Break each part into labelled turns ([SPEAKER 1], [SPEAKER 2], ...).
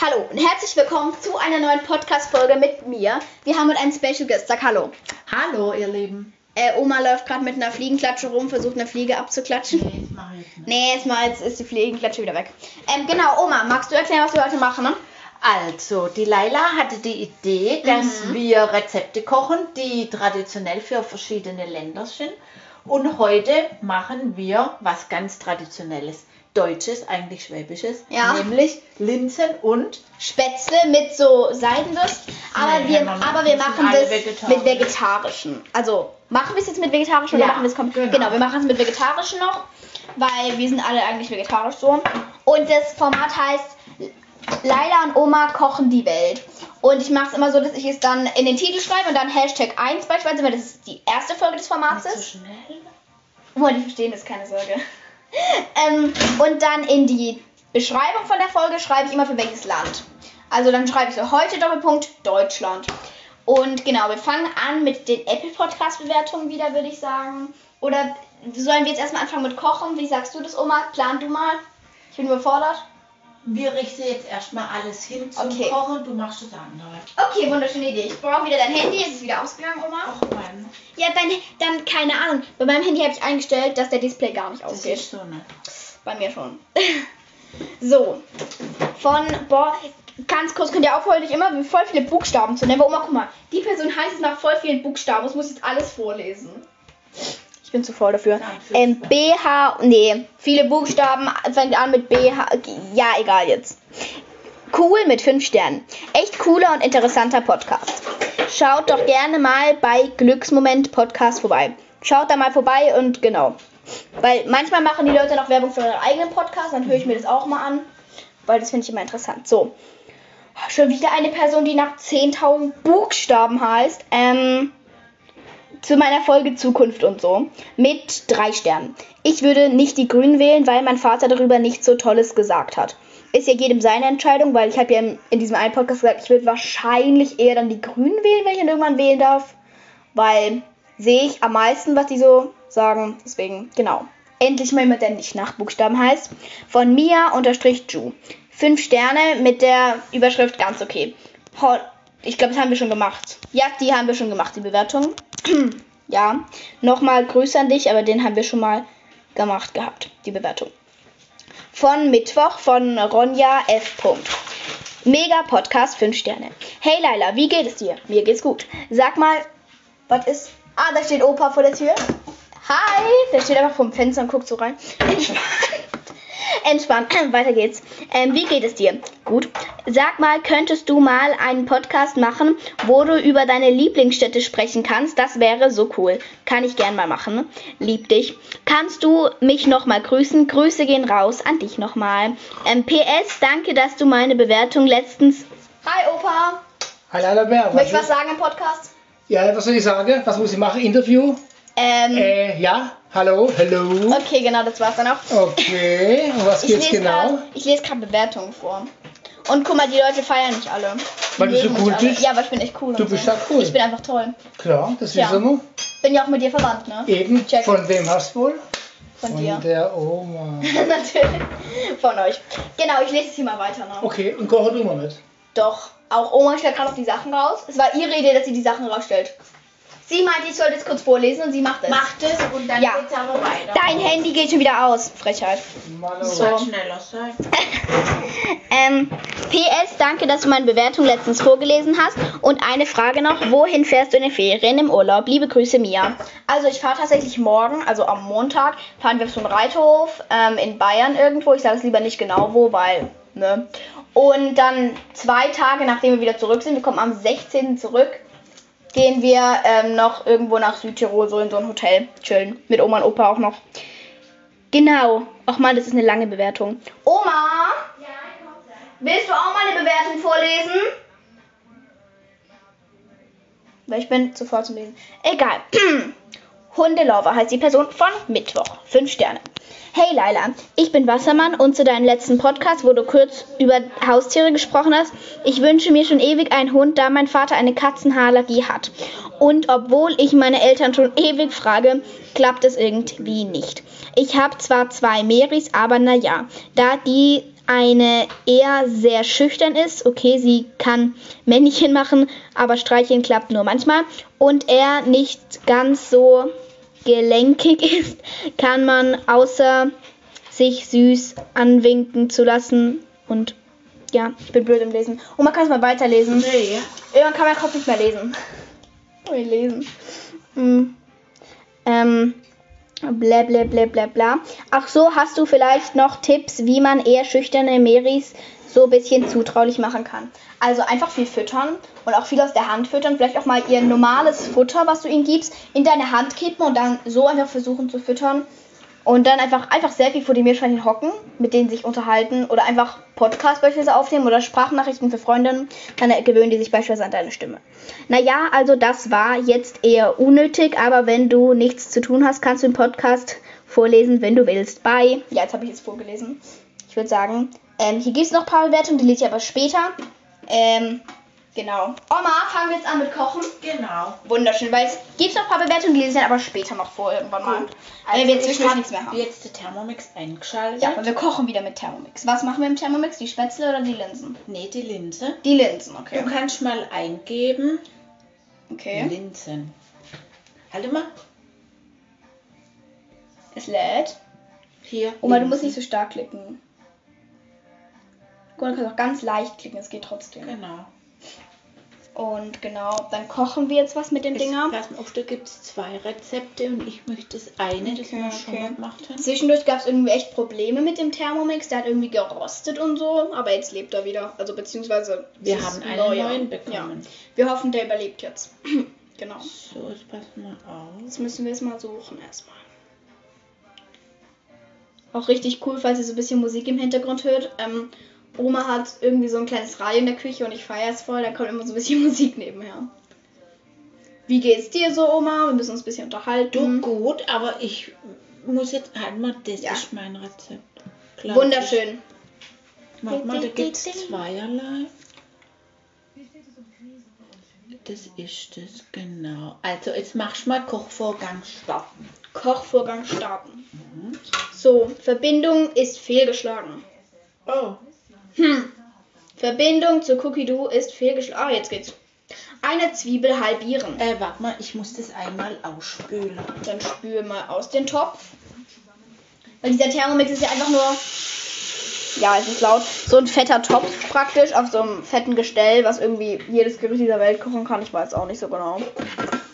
[SPEAKER 1] Hallo und herzlich willkommen zu einer neuen Podcast-Folge mit mir. Wir haben heute einen Special Guest. Sag hallo.
[SPEAKER 2] Hallo, ihr Lieben.
[SPEAKER 1] Äh, Oma läuft gerade mit einer Fliegenklatsche rum, versucht eine Fliege abzuklatschen.
[SPEAKER 2] Nee, das mache ich jetzt nicht.
[SPEAKER 1] Nee, jetzt mal, jetzt ist die Fliegenklatsche wieder weg. Ähm, genau, Oma, magst du erklären, was wir heute machen? ne?
[SPEAKER 2] Also, die Laila hatte die Idee, dass wir Rezepte kochen, die traditionell für verschiedene Länder sind. Und heute machen wir was ganz Traditionelles. Deutsches, eigentlich Schwäbisches,
[SPEAKER 1] Ja.
[SPEAKER 2] nämlich Linsen und
[SPEAKER 1] Spätzle mit so Seidenwurst, aber
[SPEAKER 2] Nee,
[SPEAKER 1] wir,
[SPEAKER 2] Mama,
[SPEAKER 1] aber wir
[SPEAKER 2] das sind
[SPEAKER 1] machen
[SPEAKER 2] alle
[SPEAKER 1] das
[SPEAKER 2] vegetarisch.
[SPEAKER 1] mit vegetarischen. Also machen wir es jetzt mit vegetarischen
[SPEAKER 2] Ja,
[SPEAKER 1] oder machen wir es komplett? Genau.
[SPEAKER 2] genau.
[SPEAKER 1] wir machen es mit vegetarischen noch, weil wir sind alle eigentlich vegetarisch so. Und das Format heißt Laila und Oma kochen die Welt. Und ich mache es immer so, dass ich es dann in den Titel schreibe und dann Hashtag 1 beispielsweise, weil das ist die erste Folge des Formats
[SPEAKER 2] Nicht so
[SPEAKER 1] ist.
[SPEAKER 2] schnell.
[SPEAKER 1] Wollen die verstehen das, keine Sorge. ähm, und dann in die Beschreibung von der Folge schreibe ich immer für welches Land. Also dann schreibe ich so heute Doppelpunkt Deutschland. Und genau, wir fangen an mit den Apple Podcast Bewertungen wieder, würde ich sagen. Oder sollen wir jetzt erstmal anfangen mit Kochen? Wie sagst du das, Oma? Plan du mal. Ich bin überfordert.
[SPEAKER 2] Wir richten jetzt erstmal alles hin zum
[SPEAKER 1] Okay.
[SPEAKER 2] Kochen, du machst das andere.
[SPEAKER 1] Okay, wunderschöne Idee. Ich brauche wieder dein Handy. Ist es wieder ausgegangen, Oma?
[SPEAKER 2] Auch mein.
[SPEAKER 1] Ja, dann, dann keine Ahnung. Bei meinem Handy habe ich eingestellt, dass der Display gar nicht
[SPEAKER 2] Das
[SPEAKER 1] ausgeht.
[SPEAKER 2] ist so nicht.
[SPEAKER 1] Bei mir schon. so. Von, boah, ganz kurz könnt ihr aufhören, euch immer voll viele Buchstaben zu nennen. Aber Oma, guck mal, die Person heißt es nach voll vielen Buchstaben. Das muss ich jetzt alles vorlesen. Ich bin zu faul dafür.
[SPEAKER 2] Nein, für-
[SPEAKER 1] Ähm, BH, nee, viele Buchstaben, fängt an mit BH. Ja, egal jetzt. Cool mit 5 Sternen. Echt cooler und interessanter Podcast. Schaut doch gerne mal bei Glücksmoment Podcast vorbei. Schaut da mal vorbei und genau. Weil manchmal machen die Leute noch Werbung für ihren eigenen Podcast, dann höre ich mir das auch mal an, weil das finde ich immer interessant. So. Schon wieder eine Person, die nach 10.000 Buchstaben heißt. Ähm, zu meiner Folge Zukunft und so. Mit drei Sternen. Ich würde nicht die Grünen wählen, weil mein Vater darüber nichts so Tolles gesagt hat. Ist ja jedem seine Entscheidung, weil ich habe ja im- in diesem einen Podcast gesagt, ich würde wahrscheinlich eher dann die Grünen wählen, wenn ich dann irgendwann wählen darf. Weil sehe ich am meisten, was die so sagen. Deswegen, genau. Endlich mal jemand, der nicht nach Buchstaben heißt. Von Mia unterstrich Ju. Fünf Sterne mit der Überschrift ganz okay. Ho ich glaube, das haben wir schon gemacht. Ja, die haben wir schon gemacht, die Bewertung. ja. Nochmal Grüße an dich, aber den haben wir schon mal gemacht gehabt, die Bewertung. Von Mittwoch von Ronja F. Punkt. Mega Podcast, 5 Sterne. Hey Laila, wie geht es dir? Mir geht's gut. Sag mal, was ist. Ah, da steht Opa vor der Tür. Hi! Der steht einfach vorm Fenster und guckt so rein. Entspannt. Entspannt. Weiter geht's. Ähm, wie geht es dir? Gut. Sag mal, könntest du mal einen Podcast machen, wo du über deine Lieblingsstädte sprechen kannst? Das wäre so cool. Kann ich gern mal machen. Lieb dich. Kannst du mich nochmal grüßen? Grüße gehen raus an dich nochmal. Ähm, PS, danke, dass du meine Bewertung letztens. Hi Opa!
[SPEAKER 3] Hi Leila Bär.
[SPEAKER 1] Möchtest du was sagen im Podcast?
[SPEAKER 3] Ja, was soll ich sagen? Was muss ich machen? Interview?
[SPEAKER 1] Ähm.
[SPEAKER 3] Äh, ja? Hallo? Hallo?
[SPEAKER 1] Okay, genau, das war's dann auch.
[SPEAKER 3] Okay, um was
[SPEAKER 1] Ich
[SPEAKER 3] geht's
[SPEAKER 1] lese
[SPEAKER 3] genau?
[SPEAKER 1] grad- ich lese gerade Bewertungen vor. Und guck mal, die Leute feiern nicht alle. Die
[SPEAKER 3] Weil du so
[SPEAKER 1] mögen mich
[SPEAKER 3] cool
[SPEAKER 1] alle.
[SPEAKER 3] bist?
[SPEAKER 1] Ja, aber ich bin echt cool.
[SPEAKER 3] Du
[SPEAKER 1] und
[SPEAKER 3] bist
[SPEAKER 1] so.
[SPEAKER 3] ja cool.
[SPEAKER 1] Ich bin einfach toll.
[SPEAKER 3] Klar, das
[SPEAKER 1] Ja.
[SPEAKER 3] wissen wir.
[SPEAKER 1] Bin ja auch mit dir verwandt, ne?
[SPEAKER 3] Eben,
[SPEAKER 1] Check.
[SPEAKER 3] von wem hast du wohl?
[SPEAKER 1] Von
[SPEAKER 3] Von
[SPEAKER 1] dir.
[SPEAKER 3] der Oma.
[SPEAKER 1] Natürlich. Von euch. Genau, ich lese es hier mal weiter. Ne?
[SPEAKER 3] Okay, und kochen du mal mit.
[SPEAKER 1] Doch, auch Oma stellt gerade noch die Sachen raus. Es war ihre Idee, dass sie die Sachen rausstellt. Sie meinte, ich sollte es kurz vorlesen und sie macht es.
[SPEAKER 2] Macht es und dann
[SPEAKER 1] Ja.
[SPEAKER 2] geht's aber weiter.
[SPEAKER 1] Dein Handy geht schon wieder aus. Frechheit.
[SPEAKER 3] Mal
[SPEAKER 1] So.
[SPEAKER 3] so.
[SPEAKER 2] Soll schneller sein.
[SPEAKER 1] Ähm, PS, danke, dass du meine Bewertung letztens vorgelesen hast. Und eine Frage noch, wohin fährst du in den Ferien im Urlaub? Liebe Grüße, Mia. Also ich fahre tatsächlich morgen, also am Montag, fahren wir auf so einen Reithof ähm, in Bayern irgendwo. Ich sage es lieber nicht genau wo, weil, ne. Und dann zwei Tage, nachdem wir wieder zurück sind, wir kommen am 16. zurück, gehen wir ähm, noch irgendwo nach Südtirol, so in so ein Hotel chillen. Mit Oma und Opa auch noch. Genau. Och man, das ist eine lange Bewertung. Oma! Willst du auch mal eine Bewertung vorlesen? Weil ich bin zu faul zum Lesen. Egal. Hundelover heißt die Person von Mittwoch. Fünf Sterne. Hey Laila, ich bin Wassermann und zu deinem letzten Podcast, wo du kurz über Haustiere gesprochen hast, ich wünsche mir schon ewig einen Hund, da mein Vater eine Katzenhaarallergie hat. Und obwohl ich meine Eltern schon ewig frage, klappt es irgendwie nicht. Ich habe zwar zwei Marys, aber naja, da die eine eher sehr schüchtern ist, okay, sie kann Männchen machen, aber Streicheln klappt nur manchmal. Und er nicht ganz so gelenkig ist, kann man außer sich süß anwinken zu lassen und ja, ich bin blöd im Lesen. Und man kann es mal weiterlesen.
[SPEAKER 2] Nee.
[SPEAKER 1] Irgendwann kann mein Kopf nicht mehr lesen. Ui, lesen. Hm. Ähm, bla bla bla bla bla. Ach so, hast du vielleicht noch Tipps, wie man eher schüchterne Marys so ein bisschen zutraulich machen kann? Also einfach viel füttern und auch viel aus der Hand füttern. Vielleicht auch mal ihr normales Futter, was du ihnen gibst, in deine Hand kippen und dann so einfach versuchen zu füttern. Und dann einfach, einfach sehr viel vor die Meerschweinchen hocken, mit denen sich unterhalten oder einfach Podcasts beispielsweise aufnehmen oder Sprachnachrichten für Freundinnen, dann gewöhnen die sich beispielsweise an deine Stimme. Naja, also das war jetzt eher unnötig, aber wenn du nichts zu tun hast, kannst du den Podcast vorlesen, wenn du willst. Bye. Ja, jetzt habe ich es vorgelesen. Ich würde sagen, ähm, hier gibt es noch ein paar Bewertungen, die lese ich aber später. Ähm, genau. Oma, fangen wir jetzt an mit Kochen.
[SPEAKER 2] Genau.
[SPEAKER 1] Wunderschön, weil es gibt noch ein paar Bewertungen, die lese ich dann aber später noch vor irgendwann mal. weil wir
[SPEAKER 2] Also ich
[SPEAKER 1] zwischendurch
[SPEAKER 2] hab
[SPEAKER 1] nichts mehr haben.
[SPEAKER 2] jetzt den Thermomix eingeschaltet.
[SPEAKER 1] Ja, und wir kochen wieder mit Thermomix. Was machen wir im Thermomix? Die Spätzle oder die Linsen?
[SPEAKER 2] Nee, die Linse.
[SPEAKER 1] Die Linsen, okay.
[SPEAKER 2] Du kannst mal eingeben.
[SPEAKER 1] Okay.
[SPEAKER 2] Linsen. Halt mal.
[SPEAKER 1] Es lädt.
[SPEAKER 2] Hier.
[SPEAKER 1] Oma, du
[SPEAKER 2] Linsen.
[SPEAKER 1] musst nicht so stark klicken. Guck mal, du kannst auch ganz leicht klicken, es geht trotzdem.
[SPEAKER 2] Genau.
[SPEAKER 1] Und genau, dann kochen wir jetzt was mit den Dingern.
[SPEAKER 2] Pass mal auf, da gibt es zwei Rezepte und ich möchte das eine, das
[SPEAKER 1] Okay,
[SPEAKER 2] wir schon
[SPEAKER 1] okay.
[SPEAKER 2] mal gemacht haben.
[SPEAKER 1] Zwischendurch gab es irgendwie echt Probleme mit dem Thermomix. Der hat irgendwie gerostet und so, aber jetzt lebt er wieder. Also beziehungsweise es
[SPEAKER 2] Wir
[SPEAKER 1] ist
[SPEAKER 2] haben
[SPEAKER 1] ein
[SPEAKER 2] einen
[SPEAKER 1] neuer.
[SPEAKER 2] neuen bekommen.
[SPEAKER 1] Ja. Wir hoffen, der überlebt jetzt. genau.
[SPEAKER 2] So, jetzt passen wir auf.
[SPEAKER 1] Jetzt müssen wir es mal suchen erstmal. Auch richtig cool, falls ihr so ein bisschen Musik im Hintergrund hört. Ähm, Oma hat irgendwie so ein kleines Radio in der Küche und ich feiere es voll. Da kommt immer so ein bisschen Musik nebenher. Wie geht's dir so, Oma? Wir müssen uns ein bisschen
[SPEAKER 2] Du
[SPEAKER 1] unterhalten.
[SPEAKER 2] gut, aber ich muss jetzt halt mal, das
[SPEAKER 1] Ja.
[SPEAKER 2] ist mein Rezept. Glaub
[SPEAKER 1] Wunderschön.
[SPEAKER 2] Ich. Warte mal, da gibt es zweierlei. Das ist das, genau. Also jetzt machst du mal Kochvorgang starten.
[SPEAKER 1] Kochvorgang starten. So, Verbindung ist fehlgeschlagen.
[SPEAKER 2] Oh.
[SPEAKER 1] Hm. Verbindung zu Cookie Do ist fehlgeschlagen. Ah, jetzt geht's. Eine Zwiebel halbieren.
[SPEAKER 2] Äh, warte mal, ich muss das einmal ausspülen.
[SPEAKER 1] Dann spüle mal aus den Topf. Weil dieser Thermomix ist ja einfach nur. Ja, es ist laut. So ein fetter Topf praktisch auf so einem fetten Gestell, was irgendwie jedes Gerücht dieser Welt kochen kann. Ich weiß auch nicht so genau.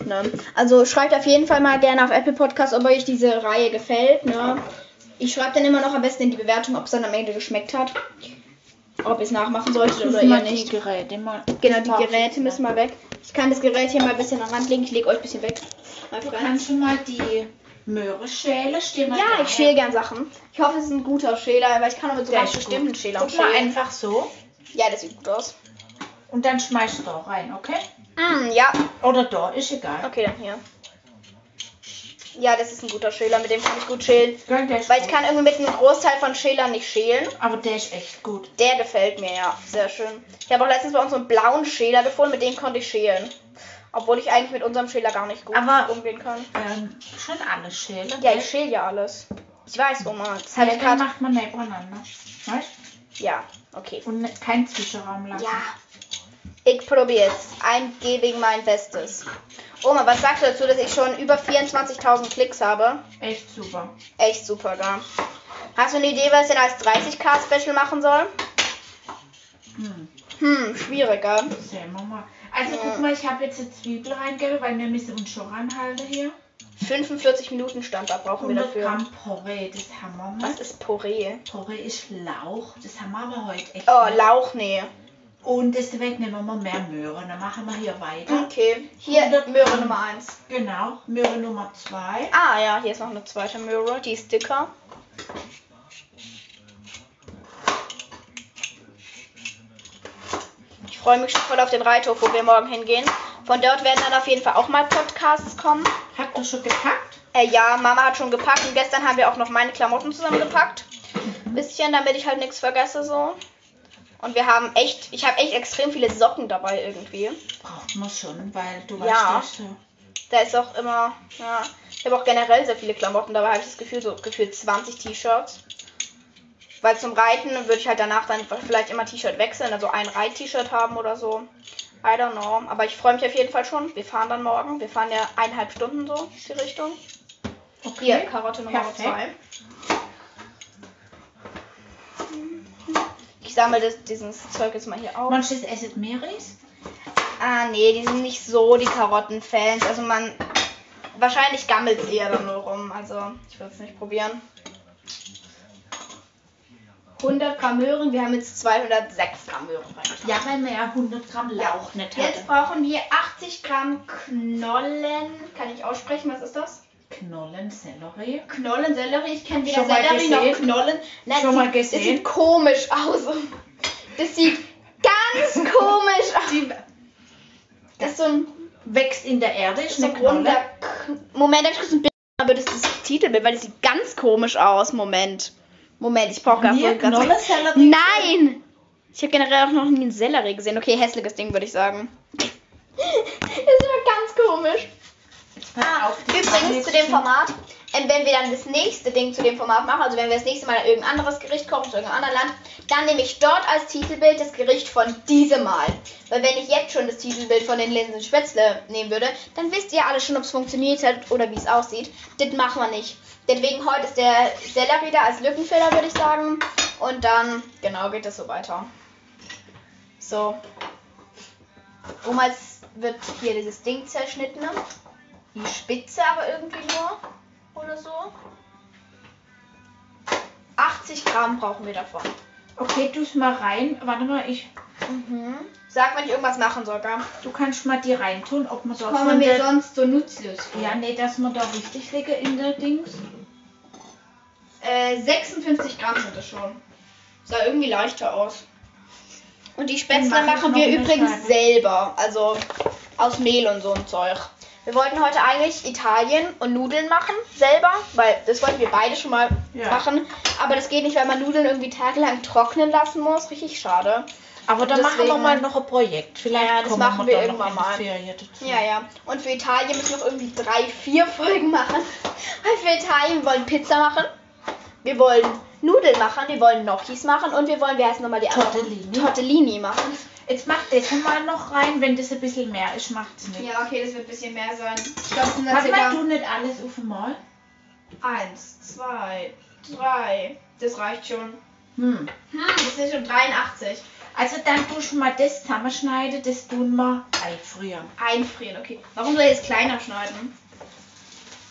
[SPEAKER 1] Ne? Also schreibt auf jeden Fall mal gerne auf Apple Podcast, ob euch diese Reihe gefällt. Ne? Ich schreibe dann immer noch am besten in die Bewertung, ob es dann am Ende geschmeckt hat. Ob ihr es nachmachen solltet oder
[SPEAKER 2] Müssen
[SPEAKER 1] eher
[SPEAKER 2] wir die
[SPEAKER 1] nicht.
[SPEAKER 2] Geräte mal.
[SPEAKER 1] Genau, die Geräte müssen mal weg. Ich kann das Gerät hier mal ein bisschen an den Rand legen. Ich lege euch ein bisschen weg. Mal
[SPEAKER 2] Du
[SPEAKER 1] frei.
[SPEAKER 2] kannst schon mal die Möhre schälen. Steh mal
[SPEAKER 1] Ja,
[SPEAKER 2] da.
[SPEAKER 1] ich schäle gern Sachen. Ich hoffe, es ist ein guter Schäler, weil ich kann aber so
[SPEAKER 2] Der
[SPEAKER 1] ganz
[SPEAKER 2] ist gut.
[SPEAKER 1] bestimmt einen Schäler
[SPEAKER 2] Guck mal
[SPEAKER 1] schälen.
[SPEAKER 2] einfach so.
[SPEAKER 1] Ja, das sieht gut aus.
[SPEAKER 2] Und dann schmeißt du da rein, okay?
[SPEAKER 1] Mm, ja,
[SPEAKER 2] Oder da, ist egal.
[SPEAKER 1] okay, dann hier. Ja, das ist ein guter Schäler, mit dem kann ich gut schälen.
[SPEAKER 2] Gell, der ist
[SPEAKER 1] Weil ich
[SPEAKER 2] gut.
[SPEAKER 1] kann irgendwie mit einem Großteil von Schälern nicht schälen.
[SPEAKER 2] Aber der ist echt gut.
[SPEAKER 1] Der gefällt mir, ja. Sehr schön. Ich habe auch letztens bei uns so einen blauen Schäler gefunden, mit dem konnte ich schälen. Obwohl ich eigentlich mit unserem Schäler gar nicht gut
[SPEAKER 2] Aber-
[SPEAKER 1] umgehen kann.
[SPEAKER 2] Ähm, schon alles schälen.
[SPEAKER 1] Ja,
[SPEAKER 2] gell?
[SPEAKER 1] ich schäle ja alles. Ich weiß, Oma. Das
[SPEAKER 2] Ja,
[SPEAKER 1] habe ich
[SPEAKER 2] dann
[SPEAKER 1] gerade.
[SPEAKER 2] macht man nebeneinander. Weißt
[SPEAKER 1] Ja, okay.
[SPEAKER 2] Und ne- keinen Zwischenraum lassen.
[SPEAKER 1] Ja. Ich probier's. I'm giving mein Bestes. Oma, was sagst du dazu, dass ich schon über 24.000 Klicks habe?
[SPEAKER 2] Echt super.
[SPEAKER 1] Echt super, gell? Hast du eine Idee, was ich denn als 30k-Special machen soll?
[SPEAKER 2] Hm.
[SPEAKER 1] Hm, schwierig, gell?
[SPEAKER 2] Sehen wir mal. Also guck mal, ich habe jetzt eine Zwiebel reingegeben, weil wir müssen uns schon ranhalten hier.
[SPEAKER 1] 45 Minuten Standard brauchen wir
[SPEAKER 2] 100
[SPEAKER 1] dafür.
[SPEAKER 2] Gramm Porree, das haben wir mal.
[SPEAKER 1] Was ist Poree?
[SPEAKER 2] Porree ist Lauch, das haben wir aber heute echt.
[SPEAKER 1] Oh,
[SPEAKER 2] nicht.
[SPEAKER 1] Lauch, nee.
[SPEAKER 2] Und deswegen nehmen wir mehr Möhren. Dann machen wir hier weiter.
[SPEAKER 1] Okay, hier
[SPEAKER 2] 100
[SPEAKER 1] Möhre
[SPEAKER 2] Gramm.
[SPEAKER 1] Nummer 1.
[SPEAKER 2] Genau, Möhre Nummer 2.
[SPEAKER 1] Ah ja, hier ist noch eine zweite Möhre, die ist dicker. Ich freue mich schon voll auf den Reithof, wo wir morgen hingehen. Von dort werden dann auf jeden Fall auch mal Podcasts kommen.
[SPEAKER 2] Habt ihr schon gepackt?
[SPEAKER 1] Äh, ja, Mama hat schon gepackt und gestern haben wir auch noch meine Klamotten zusammengepackt. Bisschen, damit ich halt nichts vergesse so. Und wir haben echt, ich habe echt extrem viele Socken dabei irgendwie.
[SPEAKER 2] Braucht man schon, weil du
[SPEAKER 1] Ja.
[SPEAKER 2] weißt ja.
[SPEAKER 1] Da ist auch immer, ja, ich habe auch generell sehr viele Klamotten dabei, habe ich das Gefühl, so gefühlt 20 T-Shirts. Weil zum Reiten würde ich halt danach dann vielleicht immer T-Shirt wechseln, also ein Reit-T-Shirt haben oder so. I don't know. Aber ich freue mich auf jeden Fall schon. Wir fahren dann morgen. Wir fahren ja eineinhalb Stunden so die Richtung.
[SPEAKER 2] Okay.
[SPEAKER 1] Hier, Karotte Nummer
[SPEAKER 2] Perfekt.
[SPEAKER 1] zwei. Ich sammle das, dieses Zeug jetzt mal hier auf.
[SPEAKER 2] Manches essen mehr Reis.
[SPEAKER 1] Ah, nee, die sind nicht so die Karottenfans. Also man. Wahrscheinlich gammelt es eher dann nur rum. Also ich würde es nicht probieren. 100 Gramm Möhren, wir haben jetzt 206 Gramm Möhren reingetan.
[SPEAKER 2] Ja, weil man ja 100 Gramm Lauch nicht
[SPEAKER 1] Jetzt
[SPEAKER 2] hat.
[SPEAKER 1] brauchen wir 80 Gramm Knollen. Kann ich aussprechen? Was ist das?
[SPEAKER 2] Knollen, Sellerie.
[SPEAKER 1] Knollen, Sellerie. Ich kenne weder
[SPEAKER 2] Schon mal
[SPEAKER 1] Sellerie noch
[SPEAKER 2] gesehen?
[SPEAKER 1] Knollen. Nein,
[SPEAKER 2] Schon
[SPEAKER 1] das
[SPEAKER 2] mal
[SPEAKER 1] sieht, Das
[SPEAKER 2] gesehen?
[SPEAKER 1] sieht komisch aus. Das sieht ganz komisch aus.
[SPEAKER 2] Die
[SPEAKER 1] Das ist so ein
[SPEAKER 2] wächst in der Erde, ist
[SPEAKER 1] So
[SPEAKER 2] eine
[SPEAKER 1] ein runder
[SPEAKER 2] Knolle.
[SPEAKER 1] K- Moment, darf ich kurz ein Bild aber das ist das Titelbild, weil das sieht ganz komisch aus. Moment. Moment, ich brauche
[SPEAKER 2] Hier,
[SPEAKER 1] gerade
[SPEAKER 2] Knolle, Sellerie.
[SPEAKER 1] Nein! Ich habe generell auch noch nie einen Sellerie gesehen. Okay, hässliches Ding, würde ich sagen. das ist aber ganz komisch.
[SPEAKER 2] Jetzt pass auf, die Pfanne
[SPEAKER 1] Übrigens
[SPEAKER 2] ist
[SPEAKER 1] zu dem
[SPEAKER 2] schon-
[SPEAKER 1] Format, ähm, wenn wir dann das nächste Ding zu dem Format machen, also wenn wir das nächste Mal irgendein anderes Gericht kochen zu irgendeinem anderen Land, dann nehme ich dort als Titelbild das Gericht von diesem Mal. Weil wenn ich jetzt schon das Titelbild von den Linsen Spätzle nehmen würde, dann wisst ihr alle schon, ob es funktioniert hat oder wie es aussieht. Das machen wir nicht. Deswegen heute ist der Sellerie da als Lückenfiller, würde ich sagen. Und dann, genau, geht das so weiter. So. Damals wird hier dieses Ding zerschnitten. ne? Die Spitze aber irgendwie nur. Oder so. 80 Gramm brauchen wir davon.
[SPEAKER 2] Okay, du mal rein. Warte mal, ich,
[SPEAKER 1] Mhm. Sag, wenn ich irgendwas machen soll, gell?
[SPEAKER 2] du kannst mal die reintun, ob man so
[SPEAKER 1] Kommen wir
[SPEAKER 2] der-
[SPEAKER 1] sonst so nutzlos vor.
[SPEAKER 2] Ja, nee, dass man da richtig liege in der Dings.
[SPEAKER 1] Äh, 56 Gramm sind das schon. Sah irgendwie leichter aus. Und die Spätzle
[SPEAKER 2] Dann mach ich
[SPEAKER 1] machen
[SPEAKER 2] noch
[SPEAKER 1] wir
[SPEAKER 2] eine
[SPEAKER 1] übrigens
[SPEAKER 2] Scheibe.
[SPEAKER 1] selber. Also aus Mehl und so ein Zeug. Wir wollten heute eigentlich Italien und Nudeln machen, selber, weil das wollten wir beide schon mal
[SPEAKER 2] Ja.
[SPEAKER 1] machen. Aber das geht nicht, weil man Nudeln irgendwie tagelang trocknen lassen muss. Richtig schade.
[SPEAKER 2] Aber da machen wir
[SPEAKER 1] Deswegen-
[SPEAKER 2] mal noch ein Projekt. Vielleicht
[SPEAKER 1] Ja, das
[SPEAKER 2] kommen
[SPEAKER 1] machen wir
[SPEAKER 2] da
[SPEAKER 1] irgendwann
[SPEAKER 2] noch in die
[SPEAKER 1] mal.
[SPEAKER 2] Ferien dazu.
[SPEAKER 1] Ja, ja. Und für Italien müssen wir noch irgendwie drei, vier Folgen machen. Weil für Italien wir wollen Pizza machen. Wir wollen Nudeln machen, wir wollen Gnocchis machen und wir wollen, wie heißt nochmal die andere?
[SPEAKER 2] Tortellini.
[SPEAKER 1] Tortellini machen.
[SPEAKER 2] Jetzt mach das mal noch rein, wenn das ein bisschen mehr ist, macht's nicht.
[SPEAKER 1] Ja, okay, das wird ein bisschen mehr sein. Ich glaube, es sind
[SPEAKER 2] Warte mal, du nicht alles auf einmal?
[SPEAKER 1] Eins, zwei, drei. Das reicht schon.
[SPEAKER 2] Hm.
[SPEAKER 1] Hm, das sind schon 83.
[SPEAKER 2] Also dann tust du mal das zusammenschneiden, das tun wir einfrieren.
[SPEAKER 1] Einfrieren, okay. Warum soll ich jetzt kleiner schneiden?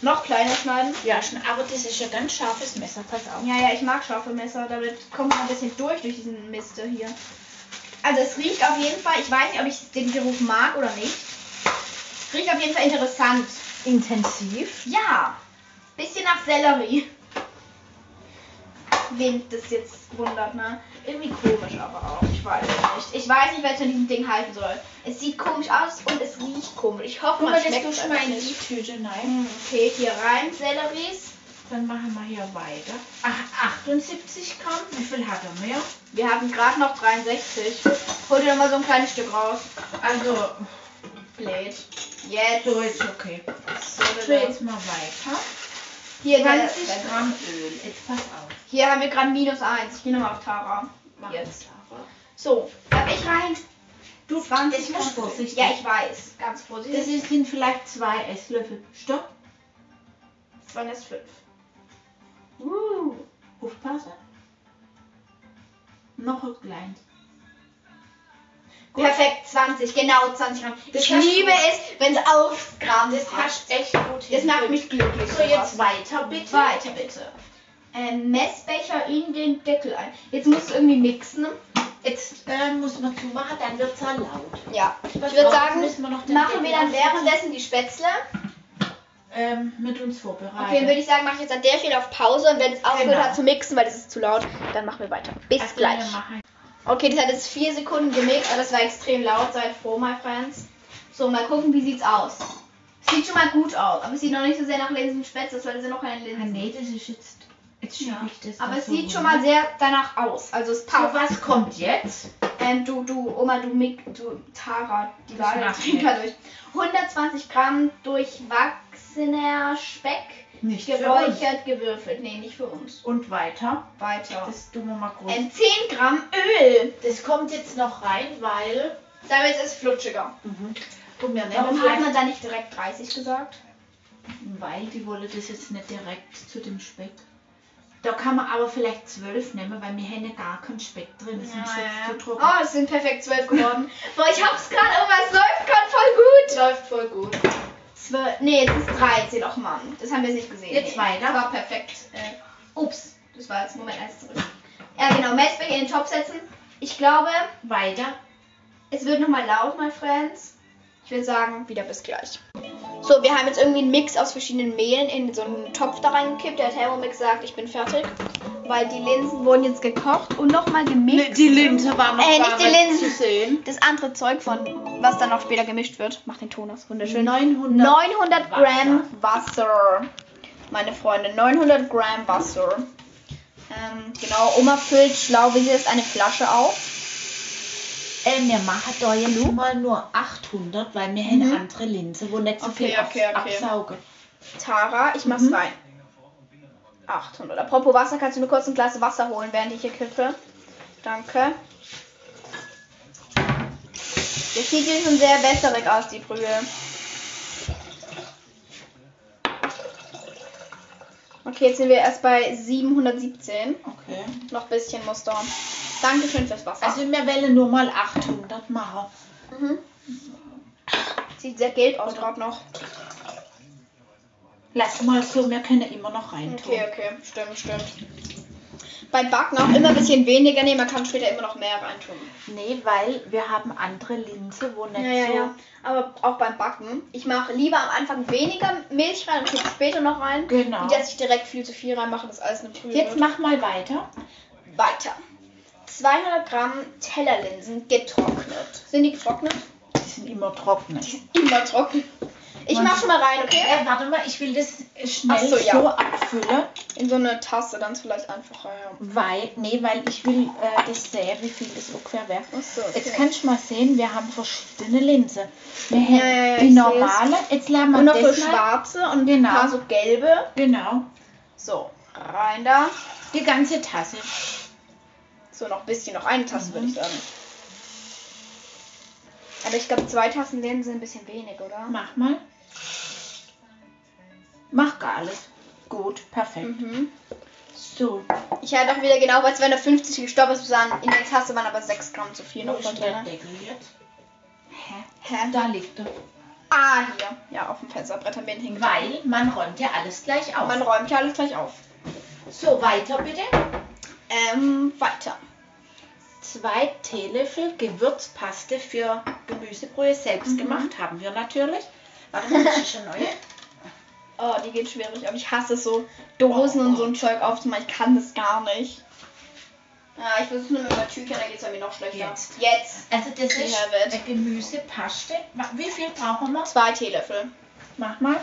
[SPEAKER 1] Noch kleiner schneiden?
[SPEAKER 2] Ja, schon, aber das ist ja ganz scharfes Messer, pass auf.
[SPEAKER 1] Ja, ja, ich mag scharfe Messer, damit kommt man ein bisschen durch durch diesen Miste hier. Also es riecht auf jeden Fall, ich weiß nicht, ob ich den Geruch mag oder nicht. Es riecht auf jeden Fall interessant.
[SPEAKER 2] Intensiv.
[SPEAKER 1] Ja, bisschen nach Sellerie. Wen das jetzt wundert, ne? Irgendwie komisch aber auch, ich weiß es nicht. Ich weiß nicht, was ich von diesem Ding halten soll. Es sieht komisch aus und es riecht komisch. Ich hoffe,
[SPEAKER 2] Guck
[SPEAKER 1] man
[SPEAKER 2] mal, das
[SPEAKER 1] schmeckt es
[SPEAKER 2] tust du
[SPEAKER 1] einfach
[SPEAKER 2] mal in die
[SPEAKER 1] nicht.
[SPEAKER 2] Tüte rein.
[SPEAKER 1] Hm, Okay, hier rein, Selleries.
[SPEAKER 2] Dann machen wir hier weiter. Ach, 78 Gramm. Wie viel hat er mehr?
[SPEAKER 1] Wir haben gerade noch 63. Hol dir noch mal so ein kleines Stück raus.
[SPEAKER 2] Also,
[SPEAKER 1] Blade. Jetzt.
[SPEAKER 2] so ist okay. So,
[SPEAKER 1] So,
[SPEAKER 2] jetzt mal weiter.
[SPEAKER 1] hier, der,
[SPEAKER 2] 20 Gramm Öl. Jetzt pass auf.
[SPEAKER 1] hier haben wir gerade minus 1. Ich gehe nochmal auf Tara.
[SPEAKER 2] Mach
[SPEAKER 1] Jetzt.
[SPEAKER 2] das.
[SPEAKER 1] So, darf ich rein? Du 20
[SPEAKER 2] das muss
[SPEAKER 1] Gramm.
[SPEAKER 2] vorsichtig.
[SPEAKER 1] Ja, ich weiß. Ganz
[SPEAKER 2] Das
[SPEAKER 1] vorsichtig.
[SPEAKER 2] ist- sind vielleicht zwei Esslöffel. Stopp.
[SPEAKER 1] Das waren jetzt 5.
[SPEAKER 2] Uh, aufpassen. Noch ein kleines. Gut.
[SPEAKER 1] Perfekt, 20. Genau, 20 Gramm.
[SPEAKER 2] Das
[SPEAKER 1] ich
[SPEAKER 2] hast
[SPEAKER 1] liebe
[SPEAKER 2] du-
[SPEAKER 1] es, wenn es auf Gramm
[SPEAKER 2] Das
[SPEAKER 1] passt.
[SPEAKER 2] hast echt gut
[SPEAKER 1] Das
[SPEAKER 2] hin.
[SPEAKER 1] macht mich glücklich.
[SPEAKER 2] So, jetzt
[SPEAKER 1] sowas.
[SPEAKER 2] weiter bitte.
[SPEAKER 1] Weiter bitte. Ähm, Messbecher in den Deckel ein. Jetzt musst du irgendwie mixen.
[SPEAKER 2] Jetzt äh, muss man zumachen, dann wird es laut.
[SPEAKER 1] Ja. Ich
[SPEAKER 2] Was
[SPEAKER 1] würde
[SPEAKER 2] brauchen-
[SPEAKER 1] sagen,
[SPEAKER 2] müssen wir noch den
[SPEAKER 1] machen wir dann
[SPEAKER 2] Deckel abschließen?
[SPEAKER 1] währenddessen die Spätzle.
[SPEAKER 2] Ähm, mit uns
[SPEAKER 1] Okay, dann
[SPEAKER 2] vorbereiten.
[SPEAKER 1] würde ich sagen, mache ich jetzt an der Stelle auf Pause und wenn es aufgehört
[SPEAKER 2] Genau.
[SPEAKER 1] hat zu mixen, weil das ist zu laut, dann machen wir weiter. Bis
[SPEAKER 2] Also,
[SPEAKER 1] gleich.
[SPEAKER 2] wir machen-
[SPEAKER 1] Okay, das hat jetzt vier Sekunden gemixt, aber das war extrem laut. Seid froh, my friends. So, mal gucken, wie sieht's aus. Sieht schon mal gut aus, aber es sieht noch nicht so sehr nach Linsen Spätzle, das sind noch keine
[SPEAKER 2] Ah,
[SPEAKER 1] Linsen.
[SPEAKER 2] nee, das ist jetzt. Jetzt schieb ich das.
[SPEAKER 1] aber
[SPEAKER 2] da
[SPEAKER 1] es
[SPEAKER 2] so
[SPEAKER 1] sieht
[SPEAKER 2] rüber.
[SPEAKER 1] schon mal sehr danach aus. Also es
[SPEAKER 2] So,
[SPEAKER 1] passt.
[SPEAKER 2] was kommt jetzt?
[SPEAKER 1] ähm, du, du, Oma, du, Mick, du, Tara, die
[SPEAKER 2] Das
[SPEAKER 1] war
[SPEAKER 2] macht
[SPEAKER 1] jetzt Trinker durch. 120 Gramm durchwachsener Speck,
[SPEAKER 2] Nicht für
[SPEAKER 1] geräuchert, gewürfelt. Nee, nicht für uns.
[SPEAKER 2] Und weiter.
[SPEAKER 1] Weiter.
[SPEAKER 2] Das tun wir mal groß.
[SPEAKER 1] Ähm, 10 Gramm Öl.
[SPEAKER 2] Das kommt jetzt noch rein, weil.
[SPEAKER 1] Damit ist es flutschiger.
[SPEAKER 2] Mhm. Und wir nehmen
[SPEAKER 1] Warum hat
[SPEAKER 2] vielleicht-
[SPEAKER 1] man da nicht direkt 30 gesagt?
[SPEAKER 2] Weil die wollen das jetzt nicht direkt zu dem Speck. Da kann man aber vielleicht zwölf nehmen, weil wir haben ja gar keinen Speck drin. Das ist jetzt zu trocken.
[SPEAKER 1] Oh, es sind perfekt 12 geworden. Boah, ich hab's gerade, aber es läuft gerade voll gut. Läuft voll gut. 12, nee, jetzt ist 13. Och Mann, das haben wir jetzt ne? nicht gesehen.
[SPEAKER 2] Jetzt
[SPEAKER 1] nee.
[SPEAKER 2] weiter.
[SPEAKER 1] Das war perfekt. Äh, ups, das war jetzt Moment eins zurück. Ja, genau, Messbecher in den Top setzen. Ich glaube,
[SPEAKER 2] Oh. Weiter.
[SPEAKER 1] es wird nochmal laut, my friends. Ich würde sagen, wieder bis gleich. So, wir haben jetzt irgendwie einen Mix aus verschiedenen Mehlen in so einen Topf da reingekippt. Der Thermomix sagt, ich bin fertig. Weil die Linsen wurden jetzt gekocht und nochmal gemixt.
[SPEAKER 2] Die Linse war noch
[SPEAKER 1] Äh,
[SPEAKER 2] gar
[SPEAKER 1] nicht die
[SPEAKER 2] nicht
[SPEAKER 1] Linse.
[SPEAKER 2] zu sehen.
[SPEAKER 1] das andere Zeug von, was dann noch später gemischt wird, macht den Ton aus. Wunderschön.
[SPEAKER 2] 900.
[SPEAKER 1] 900 Gramm Wasser. Meine Freunde, 900 Gramm Wasser. Ähm, genau, Oma füllt schlau, wie sie ist, eine Flasche auf.
[SPEAKER 2] Äh, wir machen da jetzt mal nur 800, weil wir haben andere Linse, wo nicht so
[SPEAKER 1] Okay,
[SPEAKER 2] viel ab,
[SPEAKER 1] okay, okay.
[SPEAKER 2] absaugen.
[SPEAKER 1] Tara, ich mach's rein. 800. Apropos Wasser, kannst du mir kurz ein Glas Wasser holen, während ich hier kippe? Danke. Das sieht hier schon sehr wässerig aus, die Brühe. Okay, jetzt sind wir erst bei 717.
[SPEAKER 2] Okay.
[SPEAKER 1] Noch ein bisschen muss da. Dankeschön fürs Wasser.
[SPEAKER 2] Also wir wollen nur mal 800 machen.
[SPEAKER 1] mhm. Sieht sehr gelb aus gerade noch.
[SPEAKER 2] Lass mal so, wir können immer noch reintun.
[SPEAKER 1] Okay, okay. Stimmt, stimmt. Beim Backen auch immer ein bisschen weniger nehmen. Man kann später immer noch mehr reintun.
[SPEAKER 2] Nee, weil wir haben andere Linse, wo nicht
[SPEAKER 1] Ja, ja,
[SPEAKER 2] so...
[SPEAKER 1] ja. Aber auch beim Backen. Ich mache lieber am Anfang weniger Milch rein und kippe später noch rein.
[SPEAKER 2] Genau.
[SPEAKER 1] Wie dass ich direkt viel zu viel reinmache, das alles eine Brühe
[SPEAKER 2] Jetzt
[SPEAKER 1] wird.
[SPEAKER 2] mach mal weiter.
[SPEAKER 1] weiter. 200 Gramm Tellerlinsen getrocknet. Sind die getrocknet?
[SPEAKER 2] Die sind immer trocken.
[SPEAKER 1] Immer trocken. Ich
[SPEAKER 2] Man-
[SPEAKER 1] mache schon mal rein, okay?
[SPEAKER 2] Äh, warte mal, ich will das schnell
[SPEAKER 1] Ach so, ja.
[SPEAKER 2] so abfüllen,
[SPEAKER 1] In so eine Tasse, dann ist vielleicht einfacher. Ja.
[SPEAKER 2] weil, nee, weil ich will äh, das sehen, wie viel das ungefähr wäre.
[SPEAKER 1] Ach so, okay.
[SPEAKER 2] Jetzt kannst du mal sehen, wir haben verschiedene Linsen. Wir haben
[SPEAKER 1] Ja, ja, ja,
[SPEAKER 2] die
[SPEAKER 1] ich
[SPEAKER 2] normale, jetzt lassen wir
[SPEAKER 1] Und noch so
[SPEAKER 2] das mal.
[SPEAKER 1] schwarze und
[SPEAKER 2] Genau.
[SPEAKER 1] ein paar so gelbe.
[SPEAKER 2] Genau,
[SPEAKER 1] So, rein da.
[SPEAKER 2] die ganze Tasse.
[SPEAKER 1] So, noch ein bisschen, noch eine Tasse
[SPEAKER 2] Mhm.
[SPEAKER 1] würde ich sagen. Aber ich glaube, zwei Tassen Linsen sind ein bisschen wenig, oder?
[SPEAKER 2] Mach mal. Mach gar alles. Gut, perfekt.
[SPEAKER 1] Mhm.
[SPEAKER 2] So,
[SPEAKER 1] Ich hatte auch wieder genau bei 250 gestoppt, es waren in der Tasse waren aber 6 Gramm zu viel
[SPEAKER 2] wo
[SPEAKER 1] noch
[SPEAKER 2] ist
[SPEAKER 1] von
[SPEAKER 2] denn der
[SPEAKER 1] drin.
[SPEAKER 2] Deckel jetzt? Hä?
[SPEAKER 1] Oh, Hä?
[SPEAKER 2] Da liegt er.
[SPEAKER 1] Ah, hier. Ja, auf dem Fensterbrett haben wir ihn hingetan.
[SPEAKER 2] Weil man räumt ja alles gleich auf.
[SPEAKER 1] Man räumt ja alles gleich auf.
[SPEAKER 2] so, weiter bitte.
[SPEAKER 1] Ähm, weiter.
[SPEAKER 2] zwei Teelöffel Gewürzpaste für Gemüsebrühe
[SPEAKER 1] Mhm.
[SPEAKER 2] selbst gemacht haben wir natürlich. Warte mal, das ist schon neu.
[SPEAKER 1] Oh, die geht schwierig, aber ich hasse es so, Dosen und so ein Zeug aufzumachen. Ich kann das gar nicht. Ja, Ah, ich versuche nur mit meinem Tüchern, dann geht es mir noch schlechter.
[SPEAKER 2] Jetzt.
[SPEAKER 1] Jetzt.
[SPEAKER 2] Also das
[SPEAKER 1] Ich
[SPEAKER 2] ist
[SPEAKER 1] habe es.
[SPEAKER 2] eine Gemüsepaste. Ma- Wie viel brauchen wir?
[SPEAKER 1] Zwei Teelöffel.
[SPEAKER 2] Mach mal.